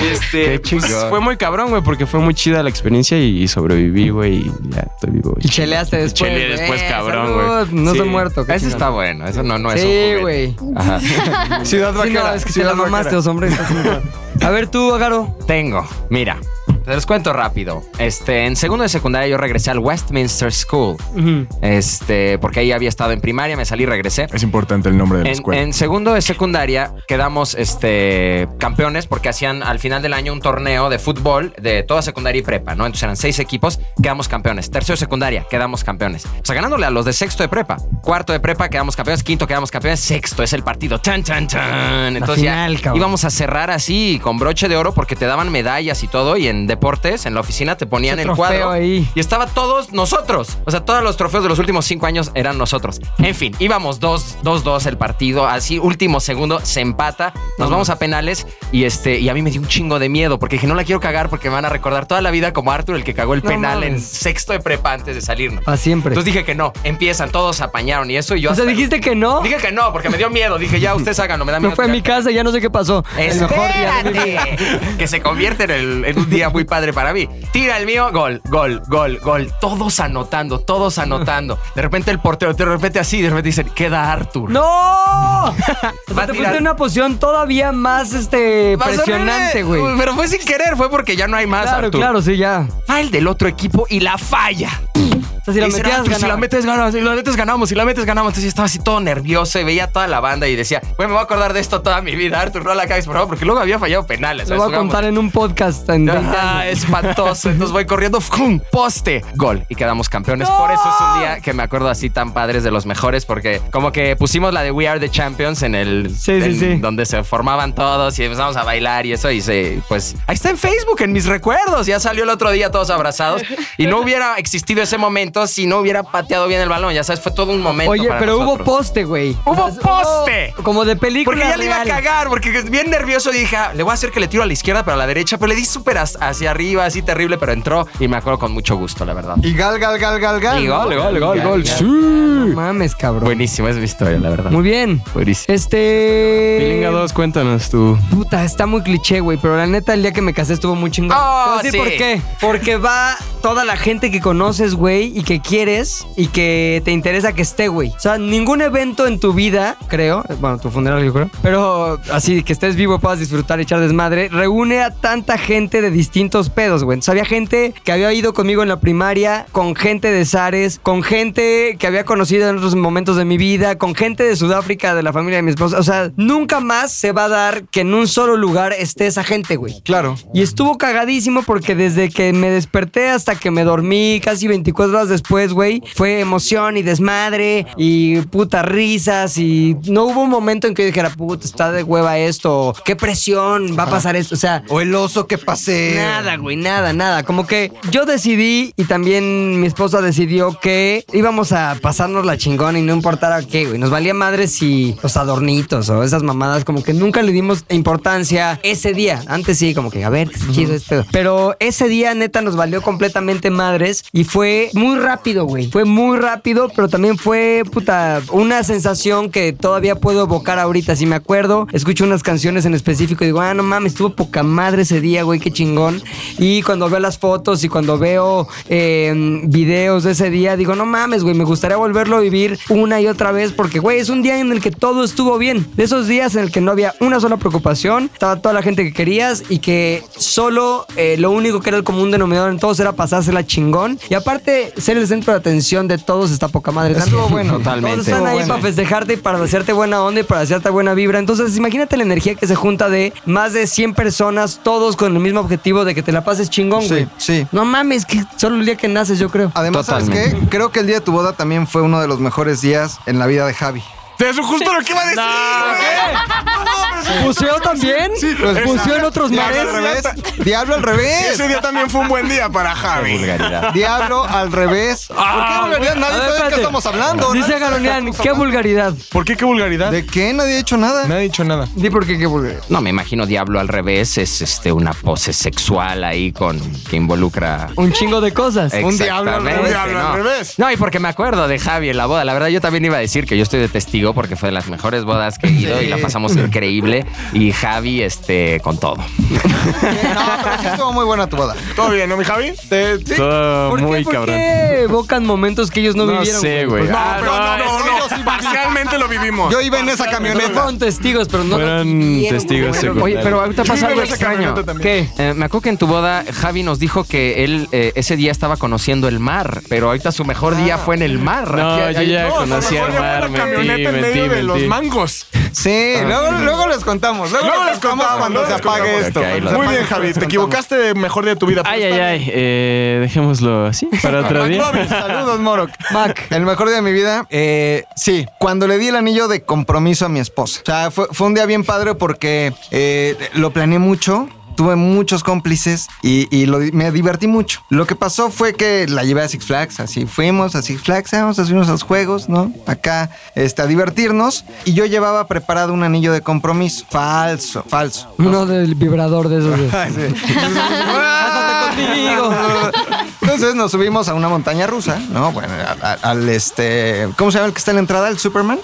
Speaker 4: Este, pues, fue muy cabrón, güey, porque fue muy chida la experiencia y, y sobreviví, güey, y ya estoy vivo. güey.
Speaker 2: Y cheleaste después.
Speaker 4: Cheleé
Speaker 2: güey. Eh,
Speaker 4: después, cabrón,
Speaker 2: Salud,
Speaker 4: güey.
Speaker 2: No
Speaker 4: Sí.
Speaker 2: soy muerto. qué
Speaker 9: Ese
Speaker 2: chingón.
Speaker 9: está bueno, eso no, no es
Speaker 2: Sí,
Speaker 9: un juguete.
Speaker 2: güey.
Speaker 9: Ajá.
Speaker 7: Ciudad
Speaker 2: Sí, no,
Speaker 7: vaquera.
Speaker 2: es que te
Speaker 7: ciudad
Speaker 2: la mamaste,
Speaker 7: vaquera.
Speaker 2: hombre. estás muy cabrón. A ver tú, Agaro.
Speaker 9: Tengo, mira, Te los cuento rápido. Este, en segundo de secundaria yo regresé al Westminster School. Este, porque ahí había estado en primaria, me salí y regresé.
Speaker 3: Es importante el nombre de la
Speaker 9: En,
Speaker 3: escuela.
Speaker 9: en segundo de secundaria quedamos este, campeones porque hacían al final del año un torneo de fútbol de toda secundaria y prepa, ¿no? Entonces eran seis equipos, quedamos campeones. Tercero de secundaria, quedamos campeones. O sea, ganándole a los de sexto de prepa. Cuarto de prepa, quedamos campeones. Quinto, quedamos campeones. Sexto es el partido. Chan, chan, chan. Entonces ya
Speaker 2: final, cabrón.
Speaker 9: íbamos a cerrar así con broche de oro porque te daban medallas y todo. Y en deportes, en la oficina, te ponían
Speaker 2: Ese
Speaker 9: el cuadro.
Speaker 2: trofeo ahí.
Speaker 9: Y estaba todos nosotros. O sea, todos los trofeos de los últimos cinco años eran nosotros. En fin, íbamos 2-2 dos, dos, dos el partido. Así, último segundo, se empata. Nos vamos a penales. Y este y a mí me dio un chingo de miedo porque dije, no la quiero cagar porque me van a recordar toda la vida como Arthur, el que cagó el
Speaker 2: No
Speaker 9: penal en
Speaker 2: mames.
Speaker 9: sexto de prepa antes de salirnos.
Speaker 2: Para siempre.
Speaker 9: Entonces dije que no. Empiezan, todos apañaron y eso. Y yo
Speaker 2: o sea,
Speaker 9: hasta-
Speaker 2: dijiste que no.
Speaker 9: Dije que no porque me dio miedo. Dije, ya, ustedes háganlo. Me da miedo.
Speaker 2: Me fue a mi
Speaker 9: tirar
Speaker 2: casa y ya no sé qué pasó. El mejor día de mi vida.
Speaker 9: Espérate. que se convierte en, el- en un día muy padre para mí. Tira el mío, gol, gol, gol, gol. Todos anotando, todos anotando. De repente el portero, de repente así, de repente dicen, queda Arthur.
Speaker 2: ¡No!
Speaker 9: (laughs)
Speaker 2: O
Speaker 9: Va
Speaker 2: sea,
Speaker 9: a
Speaker 2: te
Speaker 9: tirar.
Speaker 2: pusiste en una posición todavía más este,
Speaker 9: Más
Speaker 2: presionante,
Speaker 9: horrible.
Speaker 2: güey.
Speaker 9: Pero fue sin querer, fue porque ya no hay más,
Speaker 2: Claro,
Speaker 9: Arthur.
Speaker 2: claro, sí, ya.
Speaker 9: Va el del otro equipo y la falla.
Speaker 2: O sea, si la
Speaker 9: Y dicen,
Speaker 2: metías,
Speaker 9: "Arthur, si la
Speaker 2: ganabas.
Speaker 9: metes, ganamos, si la metes, ganamos, si la metes, ganamos. Entonces yo estaba así todo nervioso y veía a toda la banda y decía, güey, me voy a acordar de esto toda mi vida, Arthur, no la cagues, por favor, porque luego había fallado penales.
Speaker 2: Lo
Speaker 9: ¿sabes?
Speaker 2: voy a
Speaker 9: Jugamos-
Speaker 2: contar en un podcast en 20
Speaker 9: Ah,
Speaker 2: años.
Speaker 9: espantoso. Entonces voy corriendo, ¡fum! poste, gol. Y quedamos campeones. Por eso es un día que me acuerdo así tan padres de los mejores, porque como que pusimos la de We Are the Champions en el.
Speaker 2: Sí, sí,
Speaker 9: en
Speaker 2: sí.
Speaker 9: Donde se formaban todos y empezamos a bailar y eso. Y se, pues ahí está en Facebook, en mis recuerdos. Ya salió el otro día todos abrazados. Y no hubiera existido ese momento si no hubiera pateado bien el balón. Ya sabes, fue todo un momento.
Speaker 2: Oye,
Speaker 9: para
Speaker 2: pero hubo
Speaker 9: nosotros.
Speaker 2: poste, güey.
Speaker 9: ¡Hubo
Speaker 2: O sea,
Speaker 9: poste!
Speaker 2: Como de película.
Speaker 9: Porque ya le iba a
Speaker 2: real.
Speaker 9: cagar, porque bien nervioso dije, "Ah, le voy a hacer que le tiro a la izquierda, pero a la derecha, pero le di súper as- hacia arriba, así terrible, pero entró y me acuerdo con mucho gusto, la verdad.
Speaker 7: Y gal, gal, gal, gal, gal.
Speaker 9: Y gol, gol, gol, gol.
Speaker 2: No mames, cabrón.
Speaker 9: Buenísimo, es mi historia, la verdad.
Speaker 2: Muy bien.
Speaker 9: Buenísimo.
Speaker 2: Este.
Speaker 4: Pilinga 2, cuéntanos tú.
Speaker 2: Puta, está muy cliché, güey, pero la neta el día que me casé estuvo muy chingón.
Speaker 9: Oh,
Speaker 2: Te voy a decir
Speaker 9: sí.
Speaker 2: por qué? Porque va toda la gente que conoces, güey, y que quieres y que te interesa que esté, güey. O sea, ningún evento en tu vida, creo, bueno, tu funeral yo creo, pero así que estés vivo, puedas disfrutar y echar desmadre, reúne a tanta gente de distintos pedos, güey. Entonces había gente que había ido conmigo en la primaria, con gente de Zares, con gente que había conocido en otros momentos de mi vida, con gente de Sudáfrica, de la familia de mi esposa. O sea, nunca más se va a dar que en un solo lugar esté esa gente, güey.
Speaker 7: Claro.
Speaker 2: Y estuvo cagadísimo porque desde que me desperté hasta que me dormí, casi 24 horas después, güey, fue emoción y desmadre y puta risas y no hubo un momento en que yo dijera, puta, está de hueva esto, o, qué presión, va a pasar esto, o sea...
Speaker 7: O el oso que pasé.
Speaker 2: Nada, güey, nada, nada. Como que yo decidí y también mi esposa decidió que íbamos a pasarnos la chingón y no importara qué, güey. Nos valía madre si los adornitos o esas mamadas, como que nunca le dimos importancia ese día. Antes sí, como que a ver, qué chido este pedo. Pero ese día, neta, nos valió completamente madres y fue muy rápido, güey. Fue muy rápido, pero también fue, puta, una sensación que todavía puedo evocar ahorita. Si me acuerdo, escucho unas canciones en específico y digo, ah, no mames, estuvo poca madre ese día, güey, qué chingón. Y cuando veo las fotos y cuando veo eh, videos de ese día, digo, no mames, güey, me gustaría volverlo a vivir una y otra vez porque, güey, es un día en el que todo estuvo bien. De esos días en el que no había una sola preocupación, estaba toda la gente que querías y que solo eh, lo único que era el común denominador en todos era pasársela chingón. Y aparte, ser el centro de atención de todos está poca madre. Estuvo bueno.
Speaker 9: Totalmente.
Speaker 2: Todos están ahí
Speaker 7: Estuvo
Speaker 2: para
Speaker 7: bueno.
Speaker 2: festejarte y para hacerte buena onda y para hacerte buena vibra. Entonces, imagínate la energía que se junta de más de 100 personas, todos con el mismo objetivo de que te la pases chingón,
Speaker 7: Sí,
Speaker 2: güey.
Speaker 7: sí.
Speaker 2: No mames, que solo el día que naces, yo creo.
Speaker 7: Además, ¿sabes
Speaker 9: Totalmente.
Speaker 7: qué? Creo que el día de tu boda también fue uno de los mejores días en la vida de Javi.
Speaker 3: Eso justo lo que iba a decir.
Speaker 2: ¿Buceó también? Sí,
Speaker 7: pues,
Speaker 2: ¿Buceó en otros
Speaker 7: Diablo
Speaker 2: mares?
Speaker 7: al revés. Diablo al revés.
Speaker 3: Ese día también fue un buen día para Javi.
Speaker 7: Diablo al revés. ¿Por qué vulgaridad? Nadie
Speaker 2: A ver,
Speaker 7: sabe de
Speaker 2: espérate.
Speaker 7: qué estamos hablando.
Speaker 2: Dice
Speaker 7: Nadie sabe de
Speaker 2: Garonian,
Speaker 7: estamos
Speaker 2: qué
Speaker 7: hablando.
Speaker 2: vulgaridad.
Speaker 3: ¿Por qué qué vulgaridad?
Speaker 7: ¿De qué? Nadie ha dicho nada.
Speaker 3: No ha dicho nada.
Speaker 2: Di por qué qué vulgaridad.
Speaker 9: No, me imagino Diablo al revés, es este una pose sexual ahí con que involucra
Speaker 2: Un chingo de cosas.
Speaker 9: Un diablo al
Speaker 3: revés, ¿no?
Speaker 9: No, y porque me acuerdo de Javi en la boda. La verdad, yo también iba a decir que yo estoy de testigo porque fue de las mejores bodas que he ido y la (laughs) pasamos increíble. Y Javi, este, con todo.
Speaker 7: No, pero sí estuvo muy buena tu boda.
Speaker 3: Todo bien, ¿no, mi Javi? Te- sí.
Speaker 4: Todo
Speaker 2: ¿Por qué,
Speaker 4: muy
Speaker 2: ¿por
Speaker 4: cabrón.
Speaker 2: qué evocan momentos que ellos no,
Speaker 4: No
Speaker 2: vivieron?
Speaker 4: sé,
Speaker 2: güey?
Speaker 4: güey.
Speaker 3: No,
Speaker 4: Ah,
Speaker 3: pero no, no,
Speaker 4: es que
Speaker 3: no, no, sí, Realmente lo vivimos.
Speaker 7: Yo iba en esa camioneta.
Speaker 2: Pues Fueron testigos, pero no.
Speaker 4: Fueron testigos
Speaker 9: Oye,
Speaker 4: secundarios.
Speaker 9: pero ahorita
Speaker 3: Yo
Speaker 9: pasa
Speaker 3: iba en
Speaker 9: algo
Speaker 3: esa
Speaker 9: extraño.
Speaker 3: camioneta también.
Speaker 2: ¿Qué?
Speaker 9: Eh, me acuerdo que en tu boda Javi nos dijo que él eh, ese día estaba conociendo el mar, pero ahorita su mejor día fue en el mar.
Speaker 4: No,
Speaker 9: Aquí-
Speaker 4: yo
Speaker 9: ahí-
Speaker 4: ya conocí a
Speaker 3: Mejor llevar
Speaker 4: Armar,
Speaker 3: la
Speaker 4: mentí,
Speaker 3: camioneta en
Speaker 4: mentí,
Speaker 3: medio de los
Speaker 4: mentí.
Speaker 3: mangos.
Speaker 7: Sí, luego, luego les contamos. Luego, les contamos cuando
Speaker 3: luego
Speaker 7: se
Speaker 3: les
Speaker 7: apague
Speaker 3: contamos.
Speaker 7: esto.
Speaker 9: Ok,
Speaker 7: cuando
Speaker 9: lo-
Speaker 7: se
Speaker 3: Muy
Speaker 7: apague
Speaker 3: bien,
Speaker 7: esto,
Speaker 3: Javi.
Speaker 7: les
Speaker 3: Te
Speaker 7: contamos.
Speaker 3: equivocaste de mejor día de tu vida.
Speaker 4: Ay, ay, ay. eh, dejémoslo así
Speaker 2: (laughs)
Speaker 4: para otro día.
Speaker 7: McLovin, Saludos, Moroc.
Speaker 2: Mac.
Speaker 7: El mejor día de mi vida, eh, sí, cuando le di el anillo de compromiso a mi esposa. O sea, fue, fue un día bien padre porque eh, lo planeé mucho. Tuve muchos cómplices y, y lo- me divertí mucho. Lo que pasó fue que la llevé a Six Flags, así fuimos a Six Flags, vamos a subirnos a los juegos, ¿no? Acá este, a divertirnos. Y yo llevaba preparado un anillo de compromiso. Falso, falso.
Speaker 2: Uno del vibrador de esos. de-
Speaker 7: Entonces nos subimos a una montaña rusa, ¿no? Bueno, al, al- al, este. ¿Cómo se llama el que está en la entrada? El Superman.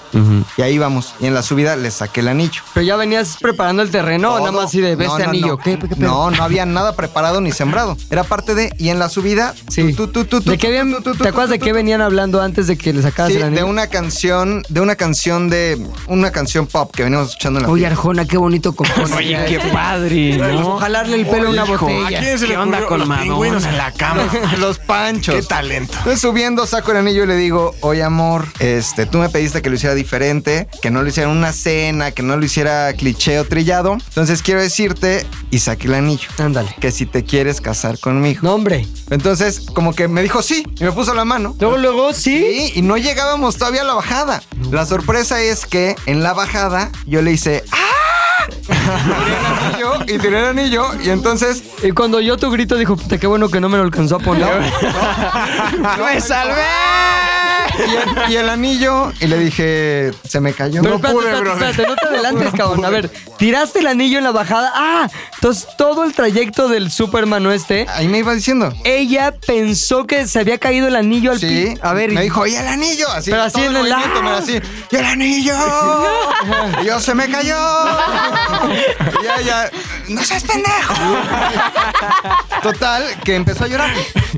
Speaker 7: Y ahí vamos. Y en la subida le saqué el anillo.
Speaker 2: Pero ya venías preparando el terreno,
Speaker 7: Todo.
Speaker 2: nada más así de ve
Speaker 7: No,
Speaker 2: este
Speaker 7: no,
Speaker 2: anillo.
Speaker 7: No.
Speaker 2: ¿Qué, qué pedo?
Speaker 7: no, no había nada preparado ni sembrado. Era parte de. Y en la subida.
Speaker 2: Sí.
Speaker 7: tú, tú, tú, tú,
Speaker 2: ¿De qué habían-
Speaker 7: tú, tú, tú,
Speaker 2: ¿Te acuerdas
Speaker 7: tú,
Speaker 2: de
Speaker 7: tú,
Speaker 2: qué venían hablando antes de que le sacabas
Speaker 7: Sí,
Speaker 2: el anillo?
Speaker 7: de una canción, de una canción de. Una canción pop que veníamos escuchando en la
Speaker 2: Oye,
Speaker 7: fiesta.
Speaker 2: Arjona, qué bonito
Speaker 7: (laughs)
Speaker 2: compone.
Speaker 4: Oye,
Speaker 2: (laughs)
Speaker 4: qué padre,
Speaker 2: Vamos
Speaker 4: ¿no?
Speaker 2: a jalarle el pelo a una
Speaker 4: Hijo,
Speaker 3: ¿A
Speaker 2: botella.
Speaker 3: quién se le
Speaker 4: ¿Qué onda
Speaker 3: ocurrió
Speaker 4: con
Speaker 3: los
Speaker 4: Madonna?
Speaker 3: pingüinos en la cama?
Speaker 7: Los panchos.
Speaker 3: Qué talento.
Speaker 7: Entonces subiendo saco el anillo y le digo, oye amor, este, tú me pediste que lo hiciera diferente, que no lo hiciera en una cena, que no lo hiciera cliché o trillado. Entonces quiero decirte, y saqué el anillo,
Speaker 2: Ándale.
Speaker 7: que si te quieres casar conmigo.
Speaker 2: No, hombre.
Speaker 7: Entonces como que me dijo sí, y me puso la mano.
Speaker 2: Luego, luego, sí.
Speaker 7: Sí, y no llegábamos todavía a la bajada. La sorpresa es que en la bajada yo le hice ¡Ah! (laughs) Tiré el anillo, y tiré el anillo y entonces
Speaker 2: Y cuando oyó tu grito, dijo, puta, qué bueno que no me lo alcanzó a poner.
Speaker 9: ¡Me salvé!
Speaker 7: y el, y el anillo y le dije se me cayó.
Speaker 2: Pero
Speaker 7: No
Speaker 2: espérate, espérate, espérate,
Speaker 7: (laughs)
Speaker 2: no te adelantes, cabrón. A ver, tiraste el anillo en la bajada. Ah, entonces todo el trayecto del Superman este,
Speaker 7: Ahí me iba diciendo.
Speaker 2: ella pensó que se había caído el anillo al
Speaker 7: Sí.
Speaker 2: pi- A ver,
Speaker 7: Me dijo, ¿y el anillo? Así,
Speaker 2: Pero así
Speaker 7: todo
Speaker 2: en el-
Speaker 7: movimiento, mira, así, ¡y
Speaker 2: (laughs)
Speaker 7: el anillo! y yo, ¡se me cayó! Y ya, ya, ¡no seas pendejo! Total, que empezó a llorar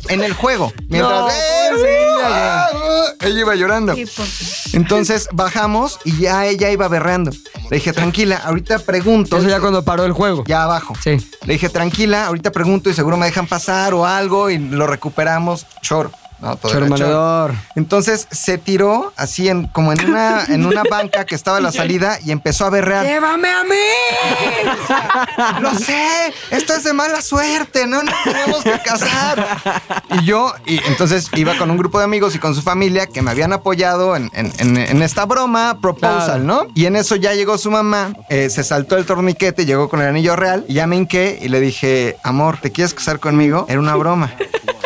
Speaker 7: en el juego. Mientras,
Speaker 2: No,
Speaker 7: ¡eh,
Speaker 2: pobrecilla,
Speaker 7: uh, uh! ella iba llorando.
Speaker 5: pues.
Speaker 7: Entonces bajamos y ya ella iba berreando. Le dije, tranquila, ahorita pregunto.
Speaker 2: Eso ya cuando paró el juego.
Speaker 7: Ya abajo.
Speaker 2: Sí.
Speaker 7: Le dije, tranquila, ahorita pregunto y seguro me dejan pasar o algo y lo recuperamos. Choro. No, todo era
Speaker 2: Chormanador.
Speaker 7: Entonces se tiró así en, como en una,
Speaker 2: (laughs)
Speaker 7: en una banca que estaba a la salida y empezó a berrear.
Speaker 2: ¡Llévame a mí!
Speaker 7: (laughs) Lo sé, esto es de mala suerte, no nos tenemos que casar. Y yo, y entonces iba con un grupo de amigos y con su familia que me habían apoyado en, en- en- en esta broma, proposal, ¿no? Y en eso ya llegó su mamá, eh, se saltó el torniquete, llegó con el anillo real, y ya me hinqué y le dije, amor, ¿te quieres casar conmigo? Era una broma.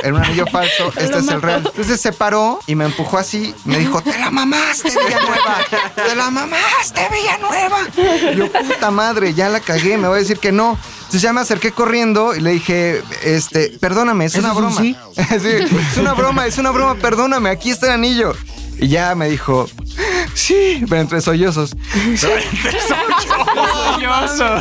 Speaker 7: Era un anillo
Speaker 2: (laughs)
Speaker 7: falso, este es el real. Entonces se paró y me empujó así. Me dijo, te la mamaste, Villanueva. Te la mamaste, Villanueva. Y yo, puta madre, ya la cagué, me voy a decir que no. Entonces ya me acerqué corriendo y le dije, este, perdóname, es
Speaker 2: ¿Eso
Speaker 7: una
Speaker 2: es un
Speaker 7: broma.
Speaker 2: sí?
Speaker 7: (laughs) Sí, es una broma, es una broma, perdóname, aquí está el anillo. Y ya me dijo, sí, pero entre sollozos.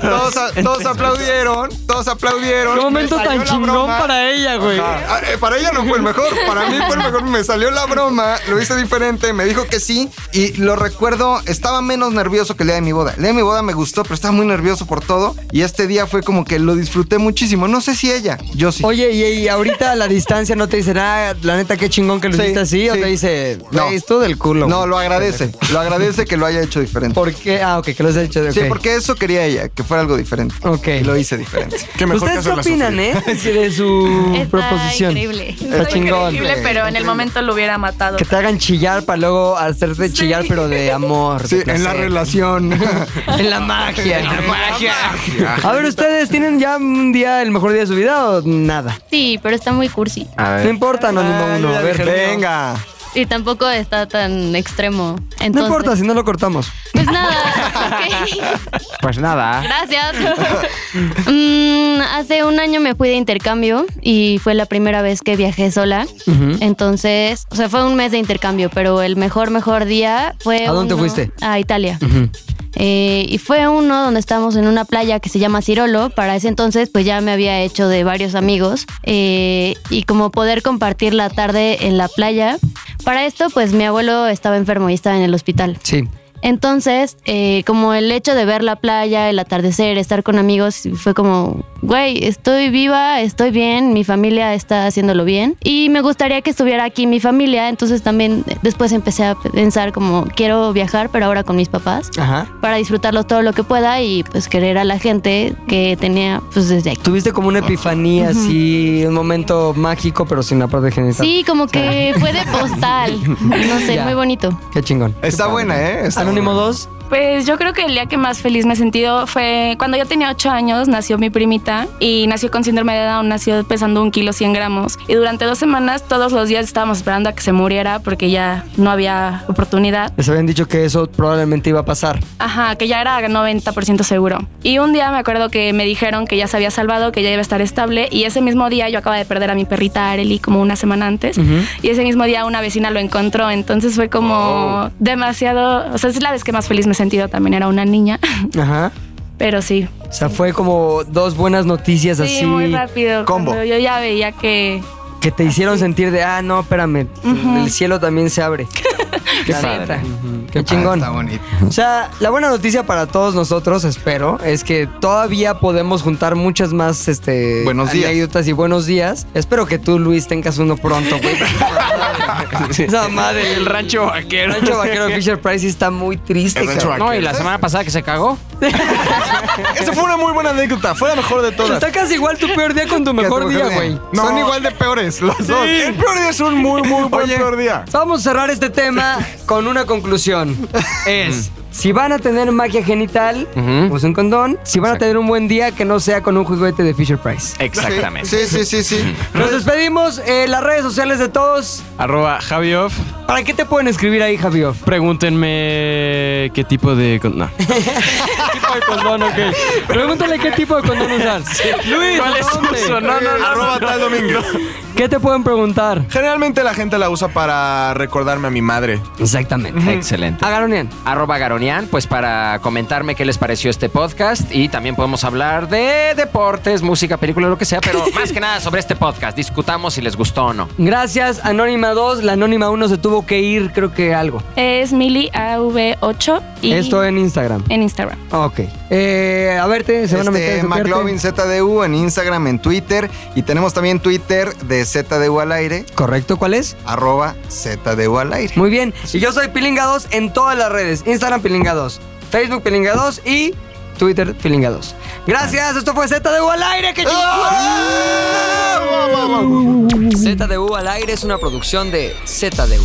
Speaker 7: Todos, a- todos aplaudieron, todos aplaudieron.
Speaker 2: Qué
Speaker 7: Me
Speaker 2: momento
Speaker 7: salió
Speaker 2: tan
Speaker 7: la
Speaker 2: chingón
Speaker 7: broma.
Speaker 2: para ella, güey.
Speaker 7: Ah, eh, Para ella no fue el mejor, para mí fue el mejor. Me salió la broma, lo hice diferente, me dijo que sí y lo recuerdo, estaba menos nervioso que el día de mi boda. El día de mi boda me gustó, pero estaba muy nervioso por todo y este día fue como que lo disfruté muchísimo. No sé si ella, yo sí.
Speaker 2: Oye, y, y ahorita a la distancia no te dice nada, la neta, qué chingón que lo
Speaker 7: Sí,
Speaker 2: hiciste así, o
Speaker 7: sí.
Speaker 2: te dice,
Speaker 7: No.
Speaker 2: no, esto del culo.
Speaker 7: No, lo agradece, lo agradece que lo haya hecho diferente.
Speaker 2: ¿Por qué? Ah, ok, que lo has hecho de
Speaker 7: Sí,
Speaker 2: ok.
Speaker 7: porque eso quería ella, que fuera algo diferente.
Speaker 2: Ok.
Speaker 7: Y lo hice diferente.
Speaker 3: Qué mejor que
Speaker 2: ¿Ustedes qué
Speaker 3: hacerla
Speaker 2: opinan,
Speaker 3: sufrir.
Speaker 2: eh? Sí,
Speaker 7: (laughs)
Speaker 2: De su
Speaker 6: Está
Speaker 2: proposición.
Speaker 6: increíble.
Speaker 2: Está chingón.
Speaker 5: Increíble, pero en el momento lo hubiera matado.
Speaker 2: Que te hagan chillar para luego hacerte chillar, pero de amor.
Speaker 7: Sí,
Speaker 2: de
Speaker 7: en la
Speaker 2: placer. (laughs)
Speaker 7: relación.
Speaker 2: En la magia. En la magia. A ver, ¿ustedes tienen ya un día, el mejor día de su vida o nada?
Speaker 6: Sí, pero está muy cursi.
Speaker 9: A
Speaker 2: No
Speaker 9: ver,
Speaker 2: importa, no, no, no. A ver,
Speaker 7: Venga.
Speaker 6: Y tampoco está tan extremo. Entonces,
Speaker 2: No importa si no lo cortamos.
Speaker 6: Pues nada. (laughs) ok.
Speaker 9: pues nada.
Speaker 6: Gracias. (laughs) Mm, hace un año me fui de intercambio y fue la primera vez que viajé sola. Entonces, o sea, fue un mes de intercambio, pero el mejor, mejor día fue.
Speaker 2: ¿A dónde
Speaker 6: uno-
Speaker 2: fuiste?
Speaker 6: A Italia.
Speaker 2: Ujú.
Speaker 6: Eh, y fue uno donde estábamos en una playa que se llama Cirolo. Para ese entonces, pues ya me había hecho de varios amigos. eh, y como poder compartir la tarde en la playa, Para esto, pues mi abuelo estaba enfermo y estaba en el hospital.
Speaker 2: Sí.
Speaker 6: Entonces, eh, como el hecho de ver la playa, el atardecer, estar con amigos, fue como, güey, estoy viva, estoy bien, mi familia está haciéndolo bien y me gustaría que estuviera aquí mi familia. Entonces también eh, después empecé a pensar como, quiero viajar, pero ahora con mis papás,
Speaker 2: Ajá.
Speaker 6: para disfrutarlos todo lo que pueda y pues querer a la gente que tenía pues desde aquí.
Speaker 2: Tuviste como una epifanía, así, un momento mágico, pero sin la parte genital.
Speaker 6: Sí, como que fue de postal, no sé,
Speaker 2: Ya.
Speaker 6: muy bonito.
Speaker 2: Qué chingón.
Speaker 7: Está buena, ¿eh? Está
Speaker 2: Anónimo 2.
Speaker 5: Pues yo creo que el día que más feliz me he sentido fue cuando yo tenía 8 años, nació mi primita y nació con síndrome de Down, nació pesando un kilo 100 gramos. Y durante dos semanas todos los días estábamos esperando a que se muriera porque ya no había oportunidad.
Speaker 2: Les habían dicho que eso probablemente iba a pasar.
Speaker 5: Ajá, que ya era 90% seguro. Y un día me acuerdo que me dijeron que ya se había salvado, que ya iba a estar estable. Y ese mismo día yo acababa de perder a mi perrita Arely como una semana antes. Y ese mismo día una vecina lo encontró. Entonces fue como demasiado. O sea, es la vez que más feliz me he sentido también. Era una niña. (laughs)
Speaker 2: Ajá.
Speaker 5: Pero sí.
Speaker 2: O sea, fue como dos buenas noticias
Speaker 5: Sí,
Speaker 2: así
Speaker 5: muy rápido.
Speaker 7: combo.
Speaker 5: Cuando Yo ya veía que.
Speaker 2: que te hicieron sentir de, ah, no, espérame, el cielo también se abre. Qué padre. Qué chingón.
Speaker 7: Ah, Está bonito.
Speaker 2: O sea, la buena noticia para todos nosotros, espero, es que todavía podemos juntar muchas más este,
Speaker 7: Buenos días.
Speaker 2: anécdotas y buenos días. Espero que tú, Luis, tengas uno pronto, güey. Esa madre.
Speaker 4: El rancho
Speaker 2: El
Speaker 4: vaquero.
Speaker 2: rancho vaquero de Fisher Price sí está muy triste.
Speaker 3: El rancho
Speaker 2: cabrón.
Speaker 9: No, y la semana pasada que se cagó.
Speaker 3: Esa fue una muy buena anécdota. Fue la mejor de todas.
Speaker 2: Está casi igual tu peor día con tu
Speaker 7: Que
Speaker 2: mejor
Speaker 7: tu
Speaker 2: día, güey.
Speaker 3: No.
Speaker 7: Son igual de peores los dos.
Speaker 3: El peor día es un muy, muy buen peor día.
Speaker 2: Vamos a cerrar este tema con una conclusión. Es, si van a tener magia genital,
Speaker 9: Ujú.
Speaker 2: usen condón. Si van a
Speaker 9: Exacto.
Speaker 2: tener un buen día, que no sea con un juguete de Fisher Price.
Speaker 9: Exactamente.
Speaker 7: Sí, sí, sí, sí.
Speaker 2: Nos despedimos. eh, las redes sociales de todos.
Speaker 4: Arroba Javioff.
Speaker 2: ¿Para qué te pueden escribir ahí, Javioff?
Speaker 4: Pregúntenme qué tipo de... con-
Speaker 2: (laughs)
Speaker 4: No.
Speaker 2: tipo de condón, ok. Pregúntale qué tipo de condón usas. (laughs) Luis,
Speaker 4: ¿Cuál es
Speaker 2: ¿dónde?
Speaker 4: su uso? No, no, no.
Speaker 3: Arroba tal domingo.
Speaker 2: ¿qué te pueden preguntar?
Speaker 3: Generalmente la gente la usa para recordarme a mi madre.
Speaker 2: Exactamente.
Speaker 9: Excelente.
Speaker 2: Agaronian.
Speaker 9: Arroba Garonian, pues para comentarme qué les pareció este podcast y también podemos hablar de deportes, música, película, lo que sea, pero más que nada sobre este podcast. Discutamos si les gustó o no.
Speaker 2: Gracias, Anónima 2. La Anónima 1 se tuvo que ir, creo que algo.
Speaker 5: Es Mili AV8 y
Speaker 2: Esto en Instagram.
Speaker 5: en Instagram.
Speaker 2: Ok. Eh, a verte, se van a meter.
Speaker 7: Este,
Speaker 2: a tocarte?
Speaker 7: McLovin ZDU en Instagram, en Twitter. Y tenemos también Twitter de ZDU al aire,
Speaker 2: Correcto, ¿cuál es?
Speaker 7: arroba ZDU al aire.
Speaker 2: Muy bien. Y yo soy Pilinga2 en todas las redes. Instagram Pilinga2, Facebook Pilinga2 y Twitter Pilinga2. Gracias, esto fue ZDU al aire. ¡Qué chingón! ZDU al aire es una producción de ZDU.